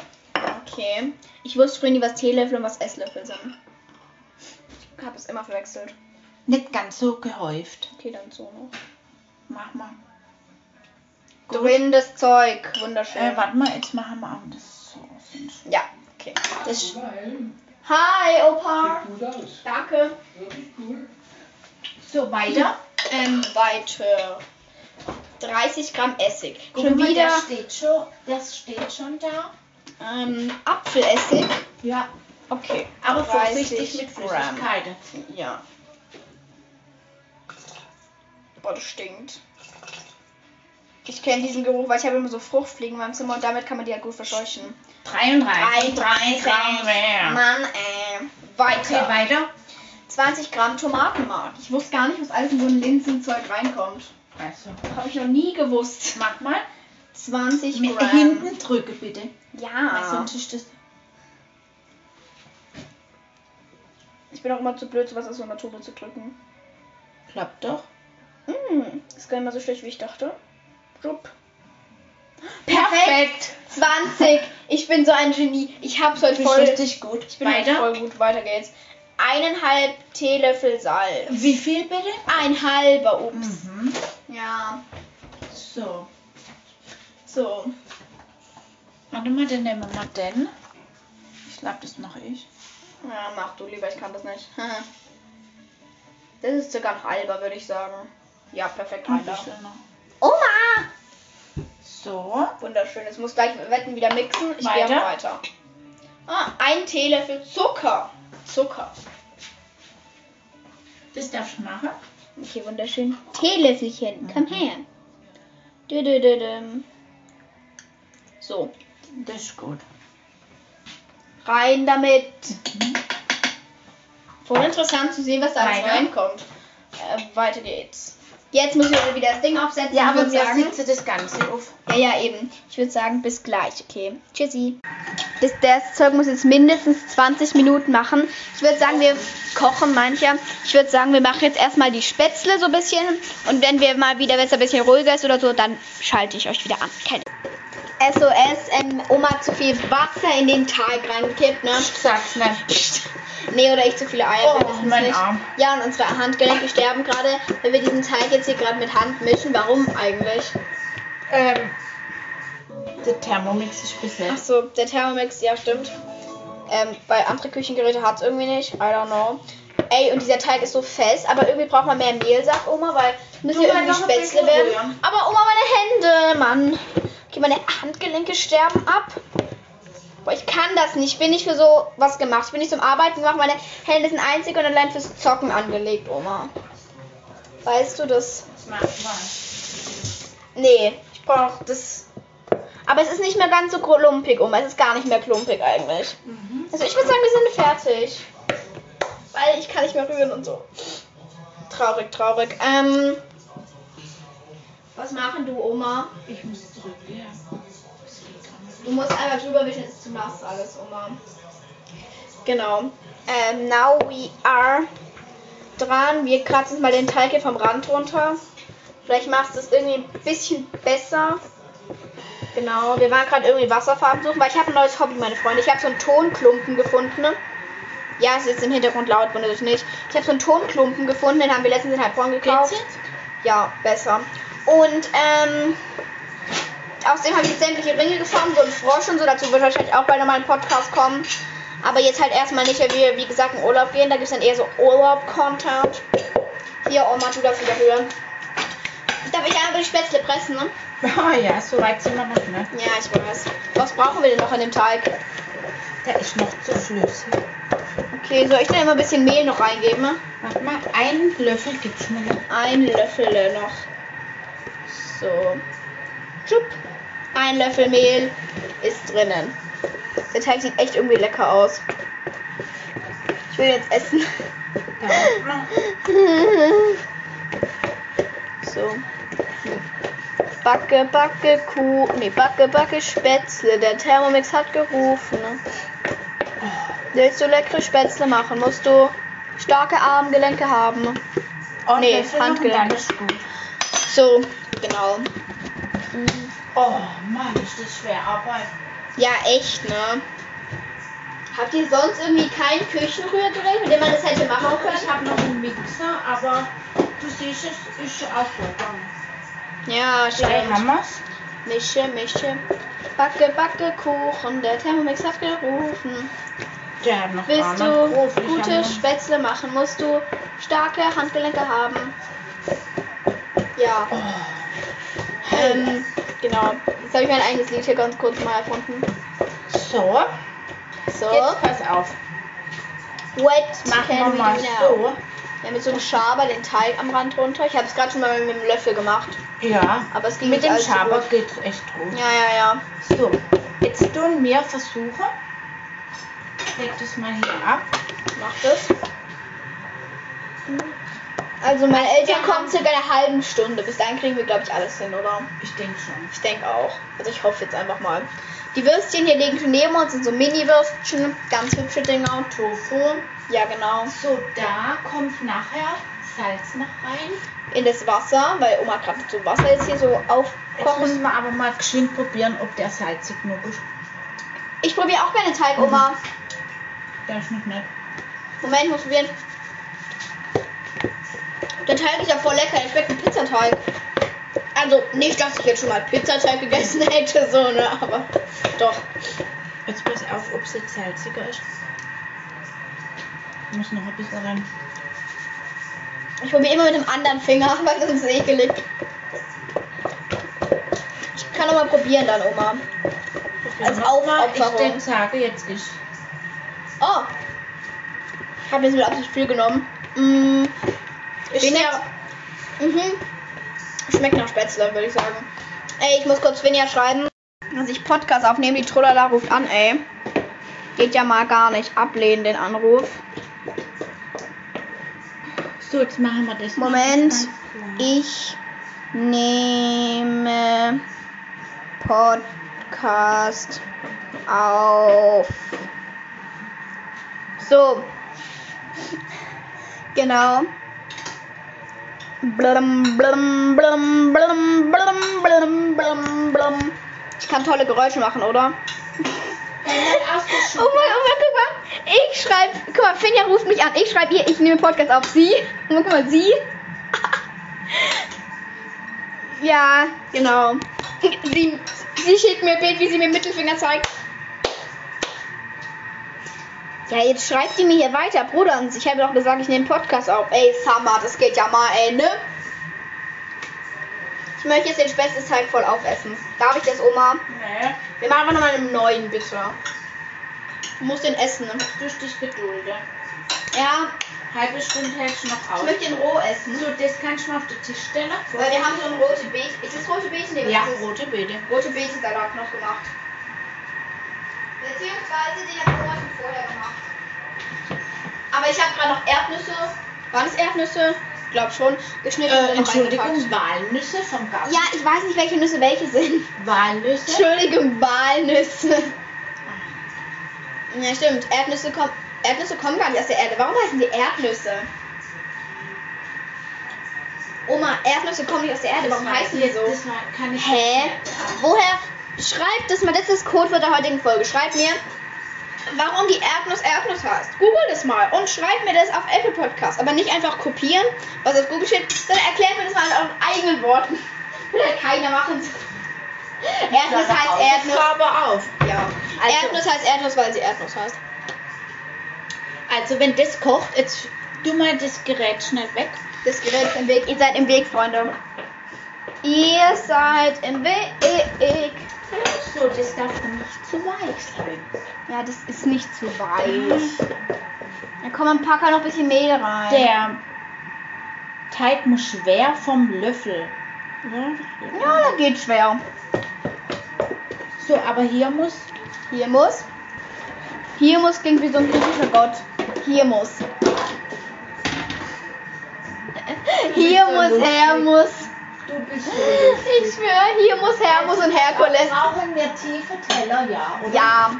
[SPEAKER 1] Okay. Ich wusste früher nie, was Teelöffel und was Esslöffel sind. Ich habe es immer verwechselt.
[SPEAKER 2] Nicht ganz so gehäuft.
[SPEAKER 1] Okay, dann so noch.
[SPEAKER 2] Mach mal. Gut.
[SPEAKER 1] Drin das Zeug. Wunderschön.
[SPEAKER 2] Äh, warte mal, jetzt machen wir auch das so.
[SPEAKER 1] ja, okay.
[SPEAKER 2] Das ist
[SPEAKER 1] Hi, Opa.
[SPEAKER 3] Gut aus.
[SPEAKER 1] Danke.
[SPEAKER 3] Wirklich cool.
[SPEAKER 2] so weiter.
[SPEAKER 1] Ähm, weiter. 30 Gramm Essig.
[SPEAKER 2] Guck
[SPEAKER 1] Schon
[SPEAKER 2] mal,
[SPEAKER 1] wieder
[SPEAKER 2] Das steht schon, das steht schon da.
[SPEAKER 1] ähm, Apfelessig.
[SPEAKER 2] Ja.
[SPEAKER 1] Okay.
[SPEAKER 2] Aber
[SPEAKER 1] 30
[SPEAKER 2] vorsichtig mit
[SPEAKER 1] Gramm.
[SPEAKER 2] Flüssigkeiten.
[SPEAKER 1] Ja. Boah, das stinkt. Ich kenne diesen Geruch, weil ich habe immer so Fruchtfliegen in meinem Zimmer und damit kann man die halt gut verscheuchen.
[SPEAKER 2] 33. Gramm mehr.
[SPEAKER 1] Mann, ey.
[SPEAKER 2] Okay,
[SPEAKER 1] Weiter.
[SPEAKER 2] weiter.
[SPEAKER 1] 20 Gramm Tomatenmark. Ich wusste gar nicht, was alles in so ein Linsenzeug reinkommt.
[SPEAKER 2] Also,
[SPEAKER 1] Habe ich noch nie gewusst.
[SPEAKER 2] mach mal.
[SPEAKER 1] 20
[SPEAKER 2] Mit
[SPEAKER 1] Gramm.
[SPEAKER 2] hinten drücke bitte. Weil
[SPEAKER 1] Ja.
[SPEAKER 2] sonst ist das.
[SPEAKER 1] Ich bin auch immer zu blöd, sowas aus so einer Tube zu drücken.
[SPEAKER 2] Klappt doch.
[SPEAKER 1] Mm, ist gar nicht mal so schlecht, wie ich dachte. Rupp.
[SPEAKER 2] Perfekt.
[SPEAKER 1] 20. Ich bin so ein Genie. Ich hab's heute
[SPEAKER 2] Du
[SPEAKER 1] voll.
[SPEAKER 2] bist richtig gut.
[SPEAKER 1] Ich bin heute voll gut. Weiter geht's. Eineinhalb Teelöffel Salz.
[SPEAKER 2] Wie viel bitte?
[SPEAKER 1] Ein halber, ups.
[SPEAKER 2] Mhm. So. So. Warte mal, dann nehmen wir mal den. Ich glaube, das mache ich.
[SPEAKER 1] Ja, mach du lieber, ich kann das nicht. Das ist circa ein halber, würde ich sagen. Ja, perfekt,
[SPEAKER 2] Ein
[SPEAKER 1] halber.
[SPEAKER 2] bisschen noch.
[SPEAKER 1] Oma!
[SPEAKER 2] So.
[SPEAKER 1] Wunderschön, jetzt muss gleich mit Wetten wieder mixen. Ich gehe
[SPEAKER 2] Weiter.
[SPEAKER 1] auch weiter. Ah, ein Teelöffel Zucker. Zucker.
[SPEAKER 2] Das darfst du machen.
[SPEAKER 1] Okay, wunderschön. Teelöffelchen, komm her. Dü -dü -dü -dü. So,
[SPEAKER 2] Das ist gut.
[SPEAKER 1] rein damit. Mhm. Voll interessant zu sehen, was da alles
[SPEAKER 2] Weiter.
[SPEAKER 1] reinkommt. Äh, weiter geht's. Jetzt müssen wir wieder das Ding aufsetzen.
[SPEAKER 2] Ja,
[SPEAKER 1] ich
[SPEAKER 2] aber
[SPEAKER 1] würd
[SPEAKER 2] wir
[SPEAKER 1] sagen.
[SPEAKER 2] sitzen das Ganze auf.
[SPEAKER 1] Ja, ja, eben. Ich würde sagen, bis gleich, okay? Tschüssi. Das, das Zeug muss jetzt mindestens 20 Minuten machen. Ich würde sagen, wir kochen mancher. Ich würde sagen, wir machen jetzt erstmal die Spätzle so ein bisschen. Und wenn wir mal wieder, wenn es ein bisschen ruhiger ist oder so, dann schalte ich euch wieder an. Keine SOS, ähm, Oma hat zu viel Wasser in den Teig reingekippt, ne?
[SPEAKER 2] Sag's nicht.
[SPEAKER 1] Nee, oder ich zu viele Eier.
[SPEAKER 2] Oh,
[SPEAKER 1] wir wissen's
[SPEAKER 2] mein
[SPEAKER 1] nicht.
[SPEAKER 2] Arm.
[SPEAKER 1] Ja, und unsere Handgelenke sterben gerade, weil wir diesen Teig jetzt hier gerade mit Hand mischen. Warum eigentlich?
[SPEAKER 2] Ähm, der Thermomix ist besetzt.
[SPEAKER 1] Achso, der Thermomix, ja stimmt. Ähm, bei anderen Küchengeräte hat es irgendwie nicht. I don't know. Ey, und dieser Teig ist so fest, aber irgendwie braucht man mehr Mehl, sagt Oma, weil müssen
[SPEAKER 2] Du,
[SPEAKER 1] ja
[SPEAKER 2] mal
[SPEAKER 1] irgendwie
[SPEAKER 2] noch ein
[SPEAKER 1] Spätzle
[SPEAKER 2] bisschen
[SPEAKER 1] werden.
[SPEAKER 2] rühren.
[SPEAKER 1] Aber Oma, meine Hände, Mann. Okay, meine Handgelenke sterben ab. Boah, ich kann das nicht. Ich bin nicht für so was gemacht. Ich bin nicht zum Arbeiten gemacht. Meine Hände sind einzig und allein fürs Zocken angelegt, Oma. Weißt du das?
[SPEAKER 2] Mach mal.
[SPEAKER 1] Nee, ich brauche das. Aber es ist nicht mehr ganz so klumpig, Oma. Es ist gar nicht mehr klumpig eigentlich. Also ich würde sagen, wir sind fertig. Weil ich kann nicht mehr rühren und so. Traurig, traurig. Ähm. Was machen du, Oma?
[SPEAKER 2] Ich muss zurück, ja. Das geht gar nicht.
[SPEAKER 1] Du musst einmal drüber wischen, jetzt du machst alles, Oma. Genau. Ähm, now we are dran. Wir kratzen mal den Teig hier vom Rand runter. Vielleicht machst du es irgendwie ein bisschen besser. Genau, wir waren gerade irgendwie Wasserfarben suchen, weil ich habe ein neues Hobby, meine Freunde. Ich habe so einen Tonklumpen gefunden. Ne? Ja, es ist jetzt im Hintergrund laut, wundert euch nicht. Ich habe so einen Tonklumpen gefunden, den haben wir letztens in Heilbronn gekauft.
[SPEAKER 2] Geht's jetzt?
[SPEAKER 1] Ja, besser. Und ähm, außerdem habe ich jetzt sämtliche Ringe geformt, so einen Frosch und so. Dazu wird wahrscheinlich auch bald nochmal ein Podcast kommen. Aber jetzt halt erstmal nicht, weil wir, wie gesagt, in Urlaub gehen. Da gibt es dann eher so Urlaub-Content. Hier, Oma, du darfst wieder hören. Darf ich einmal die Spätzle pressen, ne?
[SPEAKER 2] Ah ja, so weit sind wir noch nicht.
[SPEAKER 1] Ja, ich weiß. Was brauchen wir denn noch in dem Teig?
[SPEAKER 2] Der ist noch zu flüssig.
[SPEAKER 1] Okay, soll ich da immer ein bisschen Mehl noch reingeben? Ne?
[SPEAKER 2] Warte mal, einen Löffel gibt's mir noch.
[SPEAKER 1] Ein Löffel äh, noch. So. Schupp. Ein Löffel Mehl ist drinnen. Der Teig sieht echt irgendwie lecker aus. Ich will jetzt essen.
[SPEAKER 2] Da war's noch.
[SPEAKER 1] So. Backe, backe, Kuh. Nee, backe, backe, Spätzle. Der Thermomix hat gerufen. ne? Willst du leckere Spätzle machen, musst du starke Armgelenke haben.
[SPEAKER 2] Und
[SPEAKER 1] Nee,
[SPEAKER 2] Löffel noch und
[SPEAKER 1] Handgelenk.
[SPEAKER 2] dann ist gut.
[SPEAKER 1] So, genau.
[SPEAKER 2] Oh Mann, ist das schwer Arbeit.
[SPEAKER 1] Ja, echt, ne? Habt ihr sonst irgendwie kein Küchenrührgerät, mit dem man das hätte machen
[SPEAKER 2] Ich habe noch einen Mixer, aber du siehst, es ist schon auch so gegangen.
[SPEAKER 1] Ja,
[SPEAKER 2] Drei
[SPEAKER 1] stimmt.
[SPEAKER 2] Hammers.
[SPEAKER 1] Mische, mische. Backe, backe, Kuchen. Der Thermomix hat gerufen.
[SPEAKER 2] Der hat noch gar
[SPEAKER 1] Willst
[SPEAKER 2] nicht
[SPEAKER 1] du
[SPEAKER 2] gerufen. Ich
[SPEAKER 1] gute
[SPEAKER 2] hab noch-
[SPEAKER 1] Spätzle machen, musst du starke Handgelenke haben. Ja. Ähm, genau. Jetzt habe ich mein eigenes Lied hier ganz kurz mal erfunden.
[SPEAKER 2] So,
[SPEAKER 1] So.
[SPEAKER 2] jetzt pass auf.
[SPEAKER 1] What
[SPEAKER 2] Machen wir
[SPEAKER 1] can we
[SPEAKER 2] mal
[SPEAKER 1] do now?
[SPEAKER 2] so.
[SPEAKER 1] Ja, mit so einem Schaber den Teig am Rand runter. Ich habe es gerade schon mal mit dem Löffel gemacht.
[SPEAKER 2] Ja,
[SPEAKER 1] Aber es ging
[SPEAKER 2] mit
[SPEAKER 1] nicht
[SPEAKER 2] dem
[SPEAKER 1] allzu
[SPEAKER 2] Schaber
[SPEAKER 1] gut.
[SPEAKER 2] geht's echt Also gut.
[SPEAKER 1] Ja, ja, ja.
[SPEAKER 2] So, jetzt tun wir Versuche. Ich leg das mal hier ab.
[SPEAKER 1] Mach das. Also meine Eltern kommen circa eine halben Stunde. Bis dahin kriegen wir, glaube ich, alles hin, oder?
[SPEAKER 2] Ich denke schon.
[SPEAKER 1] Ich denke auch. Also ich hoffe jetzt einfach mal. Die Würstchen hier liegen schon neben uns, sind so Mini-Würstchen, ganz hübsche Dinger. Tofu. Ja, genau.
[SPEAKER 2] So, da kommt nachher Salz noch rein.
[SPEAKER 1] In das Wasser, weil Oma gerade so Wasser jetzt hier so
[SPEAKER 2] Jetzt
[SPEAKER 1] aufkochen.
[SPEAKER 2] müssen wir aber mal geschwind probieren, ob der salzig genug ist.
[SPEAKER 1] Ich probiere auch gerne Teig, Oma.
[SPEAKER 2] Der ist noch nicht.
[SPEAKER 1] Moment, ich muss probieren. Der Teig ist ja voll lecker. Der schmeckt wie Pizzateig. Also Also nicht, dass ich jetzt schon mal Pizzateig gegessen hätte, so, ne? Aber doch.
[SPEAKER 2] Jetzt pass auf, ob es jetzt salziger ist. Muss noch ein bisschen rein.
[SPEAKER 1] Ich probiere immer mit dem anderen Finger, weil das ist ekelig. Ich kann noch mal probieren dann, Oma. Als
[SPEAKER 2] Also ich
[SPEAKER 1] Aufopferung.
[SPEAKER 2] den sage, jetzt ist.
[SPEAKER 1] Oh! Ich habe jetzt wieder absolut viel genommen. Mm,
[SPEAKER 2] Ist
[SPEAKER 1] weniger. Mhm. Schmeckt nach Spätzle, würde ich sagen. Ey, ich muss kurz Vinja schreiben, dass ich Podcast aufnehme. Die Trollala ruft an, ey. Geht ja mal gar nicht. Ablehnen den Anruf.
[SPEAKER 2] So, jetzt machen wir das. noch.
[SPEAKER 1] Moment. Ich nehme Podcast auf. So. Genau. Blum, blum, blum, blum, blum, blum, blum, blum. Ich kann tolle Geräusche machen, oder? Oh mein, oh mein, guck mal. Ich schreibe, guck mal, Finja ruft mich an. Ich schreibe ihr, ich nehme Podcast auf sie. Und guck mal, sie. Ja, genau. Sie, sie schickt mir ein Bild, wie sie mir Mittelfinger zeigt. Ja, jetzt schreibt die mir hier weiter, Bruder. Und ich habe doch gesagt, ich nehme Podcast auf. Ey, Summer, das geht ja mal, ey, ne? Ich möchte jetzt den Spätzle-Teig voll aufessen. Darf ich das, Oma?
[SPEAKER 2] Nee,
[SPEAKER 1] Wir machen einfach nochmal einen neuen, bitte. Du musst den essen.
[SPEAKER 2] du musst dich gedulden.
[SPEAKER 1] Ja,
[SPEAKER 2] Halbe Stunde hältst du noch
[SPEAKER 1] ich
[SPEAKER 2] aus.
[SPEAKER 1] möchte den roh essen.
[SPEAKER 2] So, das kannst du mal auf den Tisch stellen.
[SPEAKER 1] Weil wir haben so ein rote Beete. Ist das rote Beete? Nee, was
[SPEAKER 2] Ja,
[SPEAKER 1] ist das?
[SPEAKER 2] rote Beete.
[SPEAKER 1] rote Beete-Salat noch gemacht. Beziehungsweise den haben wir schon vorher gemacht. Aber ich habe gerade noch Erdnüsse. Waren es Erdnüsse? Ich glaube schon. Geschnitten
[SPEAKER 2] Äh,
[SPEAKER 1] und noch
[SPEAKER 2] Entschuldigung,
[SPEAKER 1] eingepackt.
[SPEAKER 2] Walnüsse vom Garten.
[SPEAKER 1] Ja, ich weiß nicht, welche Nüsse welche sind.
[SPEAKER 2] Walnüsse.
[SPEAKER 1] Entschuldigung, Walnüsse. Ja, stimmt. Erdnüsse kommen. Erdnüsse kommen gar nicht aus der Erde. Warum heißen die Erdnüsse? Oma, Erdnüsse kommen nicht aus der Erde.
[SPEAKER 2] Das
[SPEAKER 1] Warum
[SPEAKER 2] weiß
[SPEAKER 1] heißen
[SPEAKER 2] ich
[SPEAKER 1] die
[SPEAKER 2] jetzt,
[SPEAKER 1] so?
[SPEAKER 2] Das war- kann ich
[SPEAKER 1] Hä? Woher? Schreibt das mal. Das ist das Codewort der heutigen Folge. Schreibt mir, warum die Erdnuss Erdnuss heißt. Google das mal und schreibt mir das auf Apple Podcast. Aber nicht einfach kopieren, was auf Google steht, sondern erklärt mir das mal in euren eigenen Worten. Will halt keiner machen. Erdnuss heißt Erdnuss.
[SPEAKER 2] Farbe auf.
[SPEAKER 1] Ja.
[SPEAKER 2] Also-
[SPEAKER 1] Erdnuss heißt Erdnuss, weil sie Erdnuss heißt.
[SPEAKER 2] Also, wenn das kocht, jetzt du mal das Gerät schnell weg.
[SPEAKER 1] Das Gerät ist im Weg. Ihr seid im Weg, Freunde. Ihr seid im Weg. E,
[SPEAKER 2] So, das darf dann nicht zu weich sein.
[SPEAKER 1] Ja, das ist nicht zu weich. Ja, komm, dann pack halt noch ein bisschen Mehl rein.
[SPEAKER 2] Der Teig muss schwer vom Löffel.
[SPEAKER 1] Ja, dann geht schwer.
[SPEAKER 2] So, aber hier muss.
[SPEAKER 1] Hier muss. Hier muss klingt wie so ein griechischer Gott. Hier muss. Hier
[SPEAKER 2] so
[SPEAKER 1] muss,
[SPEAKER 2] lustig.
[SPEAKER 1] her muss.
[SPEAKER 2] Du bist
[SPEAKER 1] Ich schwöre, hier muss, her muss und Herkules.
[SPEAKER 2] Brauchen wir tiefe Teller, ja? Oder?
[SPEAKER 1] Ja.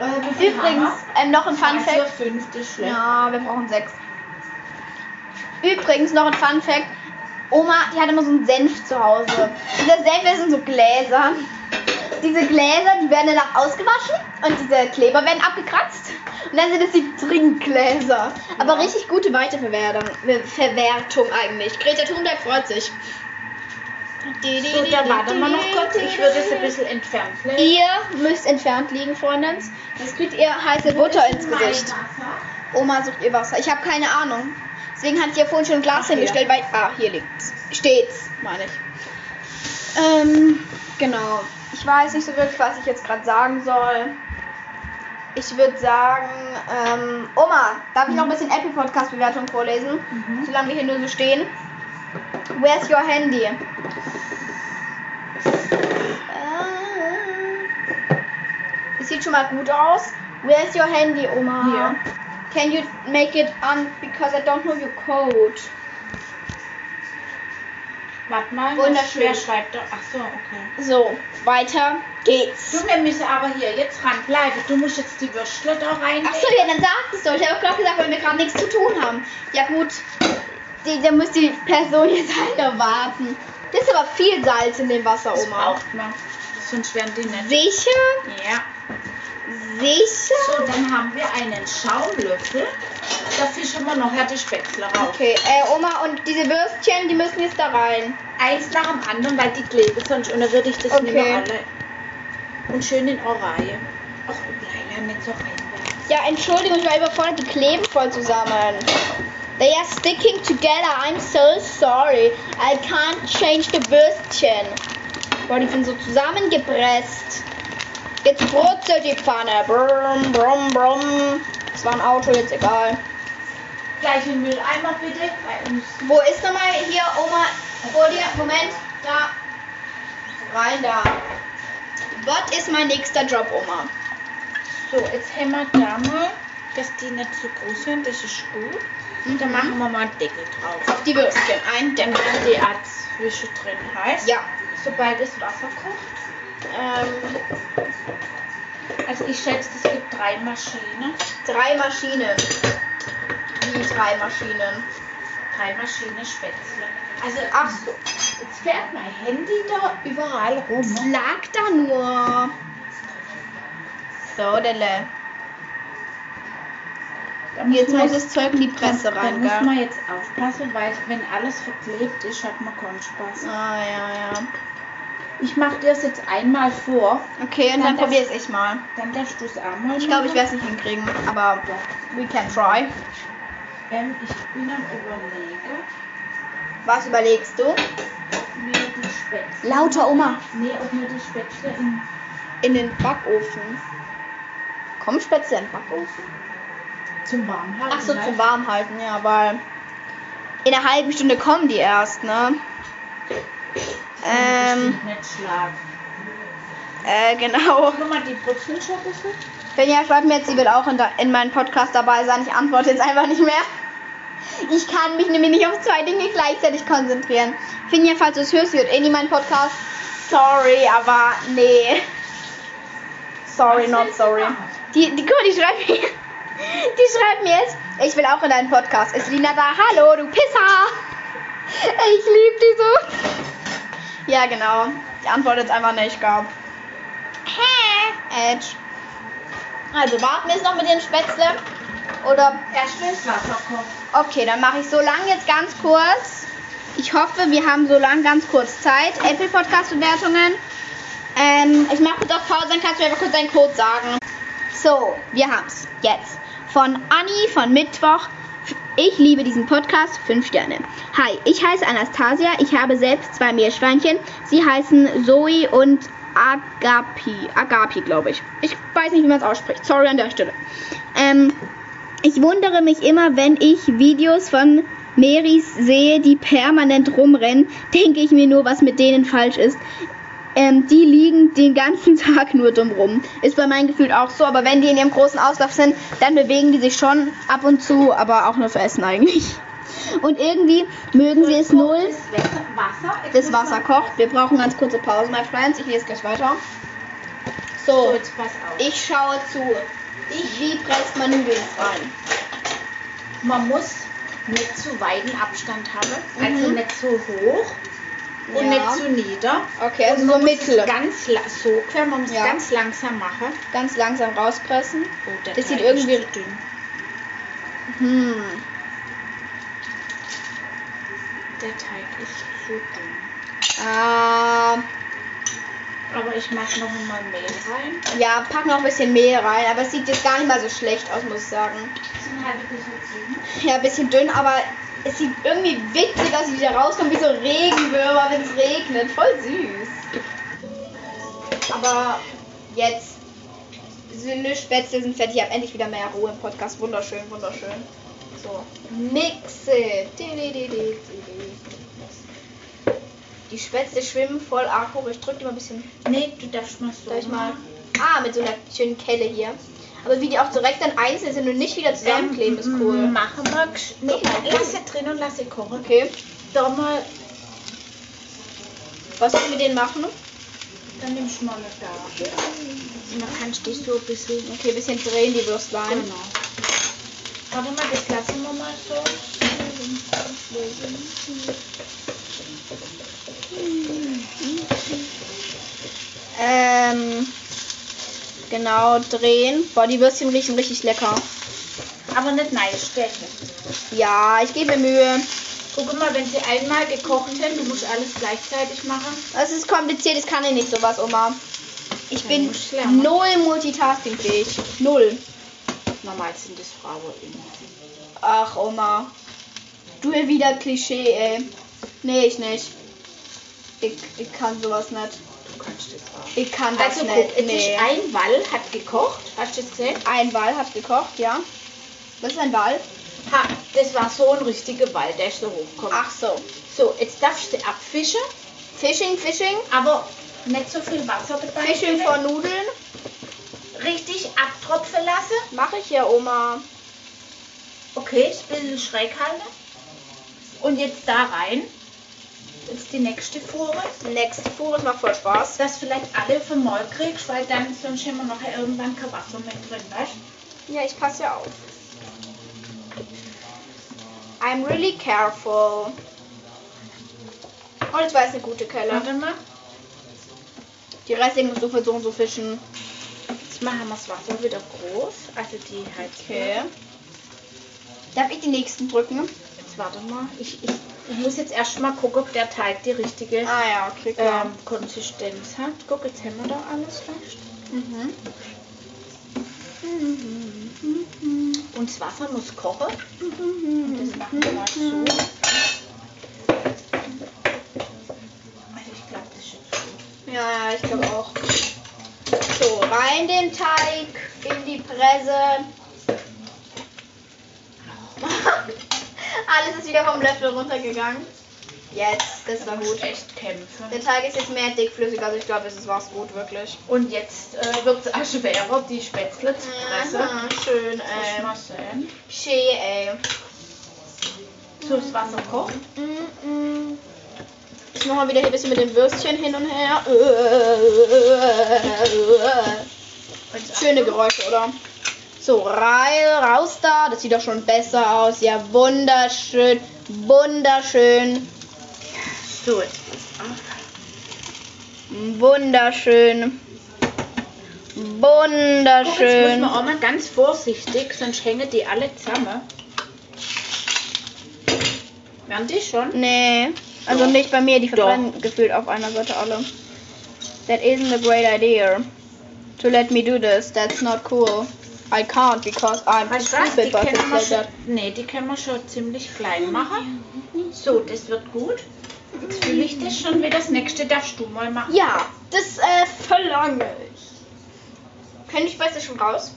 [SPEAKER 2] Äh, wie viel
[SPEAKER 1] Übrigens,
[SPEAKER 2] haben
[SPEAKER 1] ähm, noch ein
[SPEAKER 2] wir?
[SPEAKER 1] Fun
[SPEAKER 2] Drei, vier,
[SPEAKER 1] Fact.
[SPEAKER 2] fünf, das ist schlecht.
[SPEAKER 1] Ja, wir brauchen sechs. Übrigens noch ein Fun Fact. Oma, die hat immer so einen Senf zu Hause. Dieser Senf das sind so Gläser. Diese Gläser, die werden danach ausgewaschen und diese Kleber werden abgekratzt. Und dann sind es die Trinkgläser. Aber
[SPEAKER 2] Ja.
[SPEAKER 1] richtig gute Weiterverwertung Verwertung eigentlich. Greta Thunberg freut sich.
[SPEAKER 2] So, da warten wir noch kurz. Ich würde es ein bisschen entfernt. lassen.
[SPEAKER 1] Ihr müsst entfernt liegen, Freunde. Sonst kriegt ihr heiße Butter ins Gesicht. Oma sucht ihr Wasser. Ich habe keine Ahnung. Deswegen hat sie ja vorhin schon ein Glas
[SPEAKER 2] Ach,
[SPEAKER 1] hingestellt, weil. Ah, hier liegt's. Steht's, meine ich. Ähm, genau. Ich weiß nicht so wirklich, was ich jetzt gerade sagen soll. Ich würde sagen, ähm, Oma, darf ich noch ein bisschen Apple Podcast Bewertung vorlesen? Solange wir hier nur so stehen. Where's your handy? Äh,
[SPEAKER 2] Ah.
[SPEAKER 1] Es sieht schon mal gut aus. Where's your handy, Oma?
[SPEAKER 2] Hier.
[SPEAKER 1] Can you make it on because I don't know your code?
[SPEAKER 2] Warte mal,
[SPEAKER 1] Wunderschön.
[SPEAKER 2] wer schreibt da? Ach so, okay.
[SPEAKER 1] So, weiter geht's.
[SPEAKER 2] Du, wir müssen aber hier jetzt ranbleiben. Du musst jetzt die Würstler da reinlegen.
[SPEAKER 1] Achso, ja, dann sagt es doch. Ich habe auch gerade gesagt, weil wir gerade nichts zu tun haben. Ja gut, die, da muss die Person jetzt halt erwarten. Das ist aber viel Salz in dem Wasser,
[SPEAKER 2] das
[SPEAKER 1] Oma.
[SPEAKER 2] braucht man. Sonst werden die nicht.
[SPEAKER 1] Sicher?
[SPEAKER 2] Ja.
[SPEAKER 1] Sicher?
[SPEAKER 2] So, dann haben wir einen Schaumlöffel. Da fischen wir nachher die Spätzle raus.
[SPEAKER 1] Okay, äh, Oma, und diese Würstchen, die müssen jetzt da rein.
[SPEAKER 2] Eins nach dem anderen, weil die kleben sonst und dann würde ich das
[SPEAKER 1] Okay.
[SPEAKER 2] nicht mehr alle. Und schön in Orange. Ach, Leila, nicht so rein.
[SPEAKER 1] Ja, Entschuldigung, ich war überfordert, die kleben voll zusammen. They are sticking together, I'm so sorry. I can't change the Würstchen. Boah, die sind so zusammengepresst. Jetzt brutzelt die Pfanne. Brumm, brumm, brumm. Das war ein Auto, jetzt egal.
[SPEAKER 2] Gleich in den Mülleimer bitte, bei uns.
[SPEAKER 1] Wo ist nochmal hier, Oma? Vor dir, Moment, da. Rein da. What ist mein nächster Job, Oma?
[SPEAKER 2] So, jetzt haben wir da mal, dass die nicht zu groß sind, das ist gut. Und dann machen wir mal einen Deckel drauf.
[SPEAKER 1] Auf die Würstchen. Ein
[SPEAKER 2] Dann
[SPEAKER 1] Dämpfer.
[SPEAKER 2] werden die auch zwischendrin heiß.
[SPEAKER 1] Ja.
[SPEAKER 2] Sobald das Wasser kocht.
[SPEAKER 1] Ähm,
[SPEAKER 2] Also ich schätze, es gibt drei Maschinen.
[SPEAKER 1] drei Maschinen. Die drei Maschinen.
[SPEAKER 2] Drei Maschinen Spätzle. Also
[SPEAKER 1] Ach so.
[SPEAKER 2] jetzt fährt mein Handy da überall
[SPEAKER 1] Was
[SPEAKER 2] rum.
[SPEAKER 1] lag da nur? So, Delle.
[SPEAKER 2] Dann
[SPEAKER 1] Jetzt
[SPEAKER 2] muss
[SPEAKER 1] muss
[SPEAKER 2] man-
[SPEAKER 1] das Zeug in die Presse
[SPEAKER 2] Dann
[SPEAKER 1] rein,
[SPEAKER 2] muss
[SPEAKER 1] gell?
[SPEAKER 2] man jetzt aufpassen, weil wenn alles verklebt ist, hat man keinen Spaß.
[SPEAKER 1] Ah, ja, ja.
[SPEAKER 2] Ich mache dir das jetzt einmal vor,
[SPEAKER 1] Okay, und
[SPEAKER 2] Dann
[SPEAKER 1] dann
[SPEAKER 2] das-
[SPEAKER 1] probiere ich mal.
[SPEAKER 2] dann darfst du es auch mal
[SPEAKER 1] Ich glaube, ich
[SPEAKER 2] machen.
[SPEAKER 1] werde es nicht hinkriegen, aber we can try.
[SPEAKER 2] Ähm, ich bin am Überlegen,
[SPEAKER 1] Was überlegst du?
[SPEAKER 2] ob mir die Spätzle.
[SPEAKER 1] Lauter Oma.
[SPEAKER 2] Nee, ob mir die Spätzle in.
[SPEAKER 1] In den Backofen. Komm, Spätzle in den Backofen.
[SPEAKER 2] Zum Warmhalten.
[SPEAKER 1] Ach so,
[SPEAKER 2] halt.
[SPEAKER 1] zum Warmhalten, ja, weil in einer halben Stunde kommen die erst, ne? Ähm,
[SPEAKER 2] Bestimmt Nicht schlagen.
[SPEAKER 1] äh, genau.
[SPEAKER 2] Guck mal, die brutzeln schon ein bisschen.
[SPEAKER 1] Finja schreibt mir jetzt, sie will auch in, da- in meinem Podcast dabei sein. Ich antworte jetzt einfach nicht mehr. Ich kann mich nämlich nicht auf zwei Dinge gleichzeitig konzentrieren. Finja, falls du es hörst, wird eh nie mein Podcast. Sorry, aber nee. Sorry,
[SPEAKER 2] Was
[SPEAKER 1] not
[SPEAKER 2] willst du
[SPEAKER 1] sorry.
[SPEAKER 2] machen?
[SPEAKER 1] Die, die, guck mal, die schreibt mir. Die schreibt mir jetzt, ich will auch in deinen Podcast. Ist Lina da? Hallo, du Pisser! Ich liebe die so. Ja, genau. Die antwortet jetzt einfach nicht, gab. Hä? Edge. Also warten wir es noch mit den Spätzle? Oder
[SPEAKER 2] Erst wenn das Wasser kocht.
[SPEAKER 1] Okay, dann mache ich so lang jetzt ganz kurz. Ich hoffe, wir haben so lang ganz kurz Zeit. Apple Podcast Bewertungen. Ähm, ich mache kurz auf Pause, dann kannst du mir einfach kurz deinen Code sagen. So, wir haben's. Jetzt. Von Anni von Mittwoch. Ich liebe diesen Podcast. 5 Sterne. Hi, ich heiße Anastasia. Ich habe selbst zwei Meerschweinchen. Sie heißen Zoe und Agapi. Agapi, glaube ich. Ich weiß nicht, wie man es ausspricht. Sorry an der Stelle. Ähm, ich wundere mich immer, wenn ich Videos von Marys sehe, die permanent rumrennen, denke ich mir nur, was mit denen falsch ist. Ähm, die liegen den ganzen Tag nur dumm rum. Ist bei meinem Gefühl auch so, aber wenn die in ihrem großen Auslauf sind, dann bewegen die sich schon ab und zu, aber auch nur für Essen eigentlich. Und irgendwie mögen sie es null.
[SPEAKER 2] Das Wasser, Wasser, jetzt
[SPEAKER 1] Das
[SPEAKER 2] muss
[SPEAKER 1] Wasser
[SPEAKER 2] man-
[SPEAKER 1] kocht. Wir brauchen ganz kurze Pause, my friends. Ich lese gleich weiter.
[SPEAKER 2] So,
[SPEAKER 1] So,
[SPEAKER 2] jetzt pass auf.
[SPEAKER 1] ich schaue zu. Ich, wie presst man Nudeln rein?
[SPEAKER 2] Man muss nicht zu weiten Abstand haben, also
[SPEAKER 1] Mhm.
[SPEAKER 2] nicht zu hoch und
[SPEAKER 1] Ja.
[SPEAKER 2] nicht zu nieder.
[SPEAKER 1] Okay, also
[SPEAKER 2] und
[SPEAKER 1] so
[SPEAKER 2] man muss
[SPEAKER 1] mittel.
[SPEAKER 2] es ganz la- so quer, man muss
[SPEAKER 1] Ja.
[SPEAKER 2] ganz langsam machen.
[SPEAKER 1] Ganz langsam rauspressen.
[SPEAKER 2] Oh, der
[SPEAKER 1] Das sieht
[SPEAKER 2] Teig ist
[SPEAKER 1] irgendwie-
[SPEAKER 2] zu dünn.
[SPEAKER 1] Hm.
[SPEAKER 2] Mhm. Der Teig ist zu dünn.
[SPEAKER 1] Ah,
[SPEAKER 2] Aber ich mache noch einmal Mehl rein.
[SPEAKER 1] ja, pack noch ein bisschen Mehl rein, aber es sieht jetzt gar nicht mal so schlecht aus, muss ich sagen.
[SPEAKER 2] Das sind halt wirklich so dünn.
[SPEAKER 1] Ja, ein bisschen dünn, aber es sieht irgendwie witzig aus, wie die da rauskommen, wie so Regenwürmer, wenn es regnet. Voll süß. Aber jetzt, Sünde, Spätzle sind fertig. Ich habe endlich wieder mehr Ruhe im Podcast. Wunderschön, wunderschön. So, mixe. Di, di, di, di, di, di. Die Spätzle schwimmen voll arg hoch. Ich drücke die mal ein bisschen
[SPEAKER 2] Nee, du darfst mal so.
[SPEAKER 1] Soll ich mal.
[SPEAKER 2] machen.
[SPEAKER 1] Ah, mit so einer schönen Kelle hier. Aber wie die auch direkt dann einzeln sind und nicht wieder zusammenkleben, ist cool.
[SPEAKER 2] Ähm, Machen wir. gesch- Nee,
[SPEAKER 1] Guck mal,
[SPEAKER 2] lass sie drin und lass sie kochen.
[SPEAKER 1] Okay.
[SPEAKER 2] Da mal,
[SPEAKER 1] Was sollen wir mit denen machen?
[SPEAKER 2] dann nimmst du mal eine Gabel. Und dann kannst du die so ein bisschen
[SPEAKER 1] Okay, ein bisschen drehen die Würstlein.
[SPEAKER 2] Genau. Warte mal, das lassen wir mal so.
[SPEAKER 1] Ähm. Genau, drehen. Boah, die Würstchen riechen richtig lecker.
[SPEAKER 2] Aber nicht neidisch, gell? nicht.
[SPEAKER 1] Ja, ich gebe mir Mühe.
[SPEAKER 2] Guck mal, wenn sie einmal gekocht haben, du musst alles gleichzeitig machen.
[SPEAKER 1] Das ist kompliziert, ich kann ja nicht sowas, Oma. Ich bin
[SPEAKER 2] muss lernen. ne?
[SPEAKER 1] null multitaskingfähig. Null.
[SPEAKER 2] Normal sind das Frauen immer.
[SPEAKER 1] Ach, Oma. Du hier wieder Klischee, ey. Nee, ich nicht. Ich, ich kann sowas nicht.
[SPEAKER 2] Du kannst das auch.
[SPEAKER 1] Ich kann das
[SPEAKER 2] Also
[SPEAKER 1] nicht.
[SPEAKER 2] guck, jetzt
[SPEAKER 1] nee.
[SPEAKER 2] ist ein Wall hat gekocht, hast du das gesehen?
[SPEAKER 1] Ein Wal hat gekocht, ja. Das ist ein Wal.
[SPEAKER 2] Ha, das war so ein richtiger Wall, der ist so hochgekommen.
[SPEAKER 1] Ach so.
[SPEAKER 2] So, jetzt darfst du abfischen,
[SPEAKER 1] Fishing, Fishing.
[SPEAKER 2] aber nicht so viel Wasser dabei.
[SPEAKER 1] Fishing von Nudeln.
[SPEAKER 2] Richtig abtropfen lassen.
[SPEAKER 1] Mache ich ja, Oma.
[SPEAKER 2] Okay, ein bisschen schräg halten. Und jetzt da rein. Jetzt die nächste Fuhre.
[SPEAKER 1] Nächste Fuhre macht voll Spaß.
[SPEAKER 2] Dass vielleicht alle für Maul kriegst, weil dann sonst haben wir nachher irgendwann kein Wasser mehr drin, weißt
[SPEAKER 1] Ja, ich passe ja auf. I'm really careful. Und jetzt war es eine gute Kelle.
[SPEAKER 2] Warte mal.
[SPEAKER 1] Die restlichen musst du versuchen zu fischen.
[SPEAKER 2] Jetzt machen wir das Wasser wieder groß. Also die halt.
[SPEAKER 1] Okay. Darf ich die nächsten drücken?
[SPEAKER 2] Jetzt warte mal. Ich, ich, ich muss jetzt erstmal gucken, ob der Teig die richtige
[SPEAKER 1] Ah ja, okay, klar.
[SPEAKER 2] ähm, Konsistenz hat. Guck, jetzt haben wir da alles fast.
[SPEAKER 1] Mhm. Mhm.
[SPEAKER 2] Und das Wasser muss kochen. Und das machen wir mal so. Also ich glaube, das ist jetzt gut.
[SPEAKER 1] Ja, ja, ich glaube auch. So, rein den Teig, in die Presse. Alles ist wieder vom Löffel runtergegangen. Jetzt, das war
[SPEAKER 2] Man muss
[SPEAKER 1] gut.
[SPEAKER 2] echt kämpfen.
[SPEAKER 1] Der Teig ist jetzt mehr dickflüssig, also ich glaube, es war's gut, wirklich.
[SPEAKER 2] Und jetzt äh, wird es auch schwerer, die Spätzle zu Ähm, pressen.
[SPEAKER 1] Mhm, schön,
[SPEAKER 2] Lass
[SPEAKER 1] ey.
[SPEAKER 2] Äh, mal sehen.
[SPEAKER 1] Schön, ey.
[SPEAKER 2] So, das Wasser kocht.
[SPEAKER 1] Mhm. Ich mach mal wieder hier ein bisschen mit den Würstchen hin und her.
[SPEAKER 2] Und
[SPEAKER 1] Schöne Geräusche, oder? So, rein, raus da. Das sieht doch schon besser aus. Ja, wunderschön. Wunderschön.
[SPEAKER 2] So, jetzt
[SPEAKER 1] Wunderschön.
[SPEAKER 2] Guck, jetzt muss
[SPEAKER 1] Wunderschön.
[SPEAKER 2] man auch mal ganz vorsichtig, sonst hängen die alle zusammen. Werden die schon?
[SPEAKER 1] Nee. Also
[SPEAKER 2] Doch.
[SPEAKER 1] nicht bei mir. Die verbrennen gefühlt auf einer Seite alle. That isn't a great idea. To let me do this. That's not cool. I can't because I'm
[SPEAKER 2] Weißt du was? Die
[SPEAKER 1] stupid but
[SPEAKER 2] können, wir
[SPEAKER 1] like
[SPEAKER 2] schon,
[SPEAKER 1] that.
[SPEAKER 2] nee, die können wir schon ziemlich klein machen. So, das wird gut. Jetzt fühle ich das schon wieder. Das nächste darfst du mal machen.
[SPEAKER 1] Ja, das äh, verlange ich. Können die Spätzle schon raus?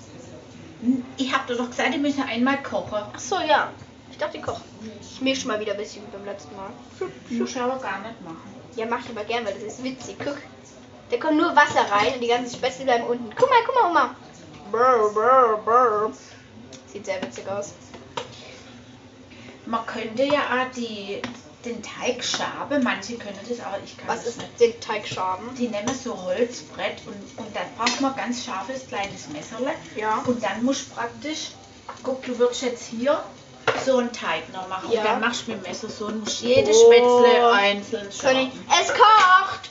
[SPEAKER 2] Ich habe dir doch gesagt, die müssen einmal kochen.
[SPEAKER 1] Ach so, ja. Ich dachte, ich koche. Ich mische mal wieder ein bisschen wie beim letzten Mal.
[SPEAKER 2] Du aber gar nicht machen.
[SPEAKER 1] Ja, mach ich aber gern, weil das ist witzig. Guck. Da kommt nur Wasser rein und die ganzen Spätzle bleiben unten. Guck mal, guck mal, Oma. Brr, brr, brr. Sieht sehr witzig aus.
[SPEAKER 2] Man könnte ja auch die, den Teig schaben. Manche können das, aber ich kann
[SPEAKER 1] Was
[SPEAKER 2] das
[SPEAKER 1] ist
[SPEAKER 2] nicht.
[SPEAKER 1] mit den Teigschaben?
[SPEAKER 2] Die nehmen so Holzbrett und, und dann braucht man ganz scharfes kleines Messerle.
[SPEAKER 1] Ja.
[SPEAKER 2] Und dann musst du praktisch, guck, du würdest jetzt hier so einen Teig noch machen.
[SPEAKER 1] Ja.
[SPEAKER 2] Und dann machst du mit dem Messer so und musst jede
[SPEAKER 1] Oh.
[SPEAKER 2] Spätzle einzeln
[SPEAKER 1] Können
[SPEAKER 2] schaben.
[SPEAKER 1] ich. Es kocht!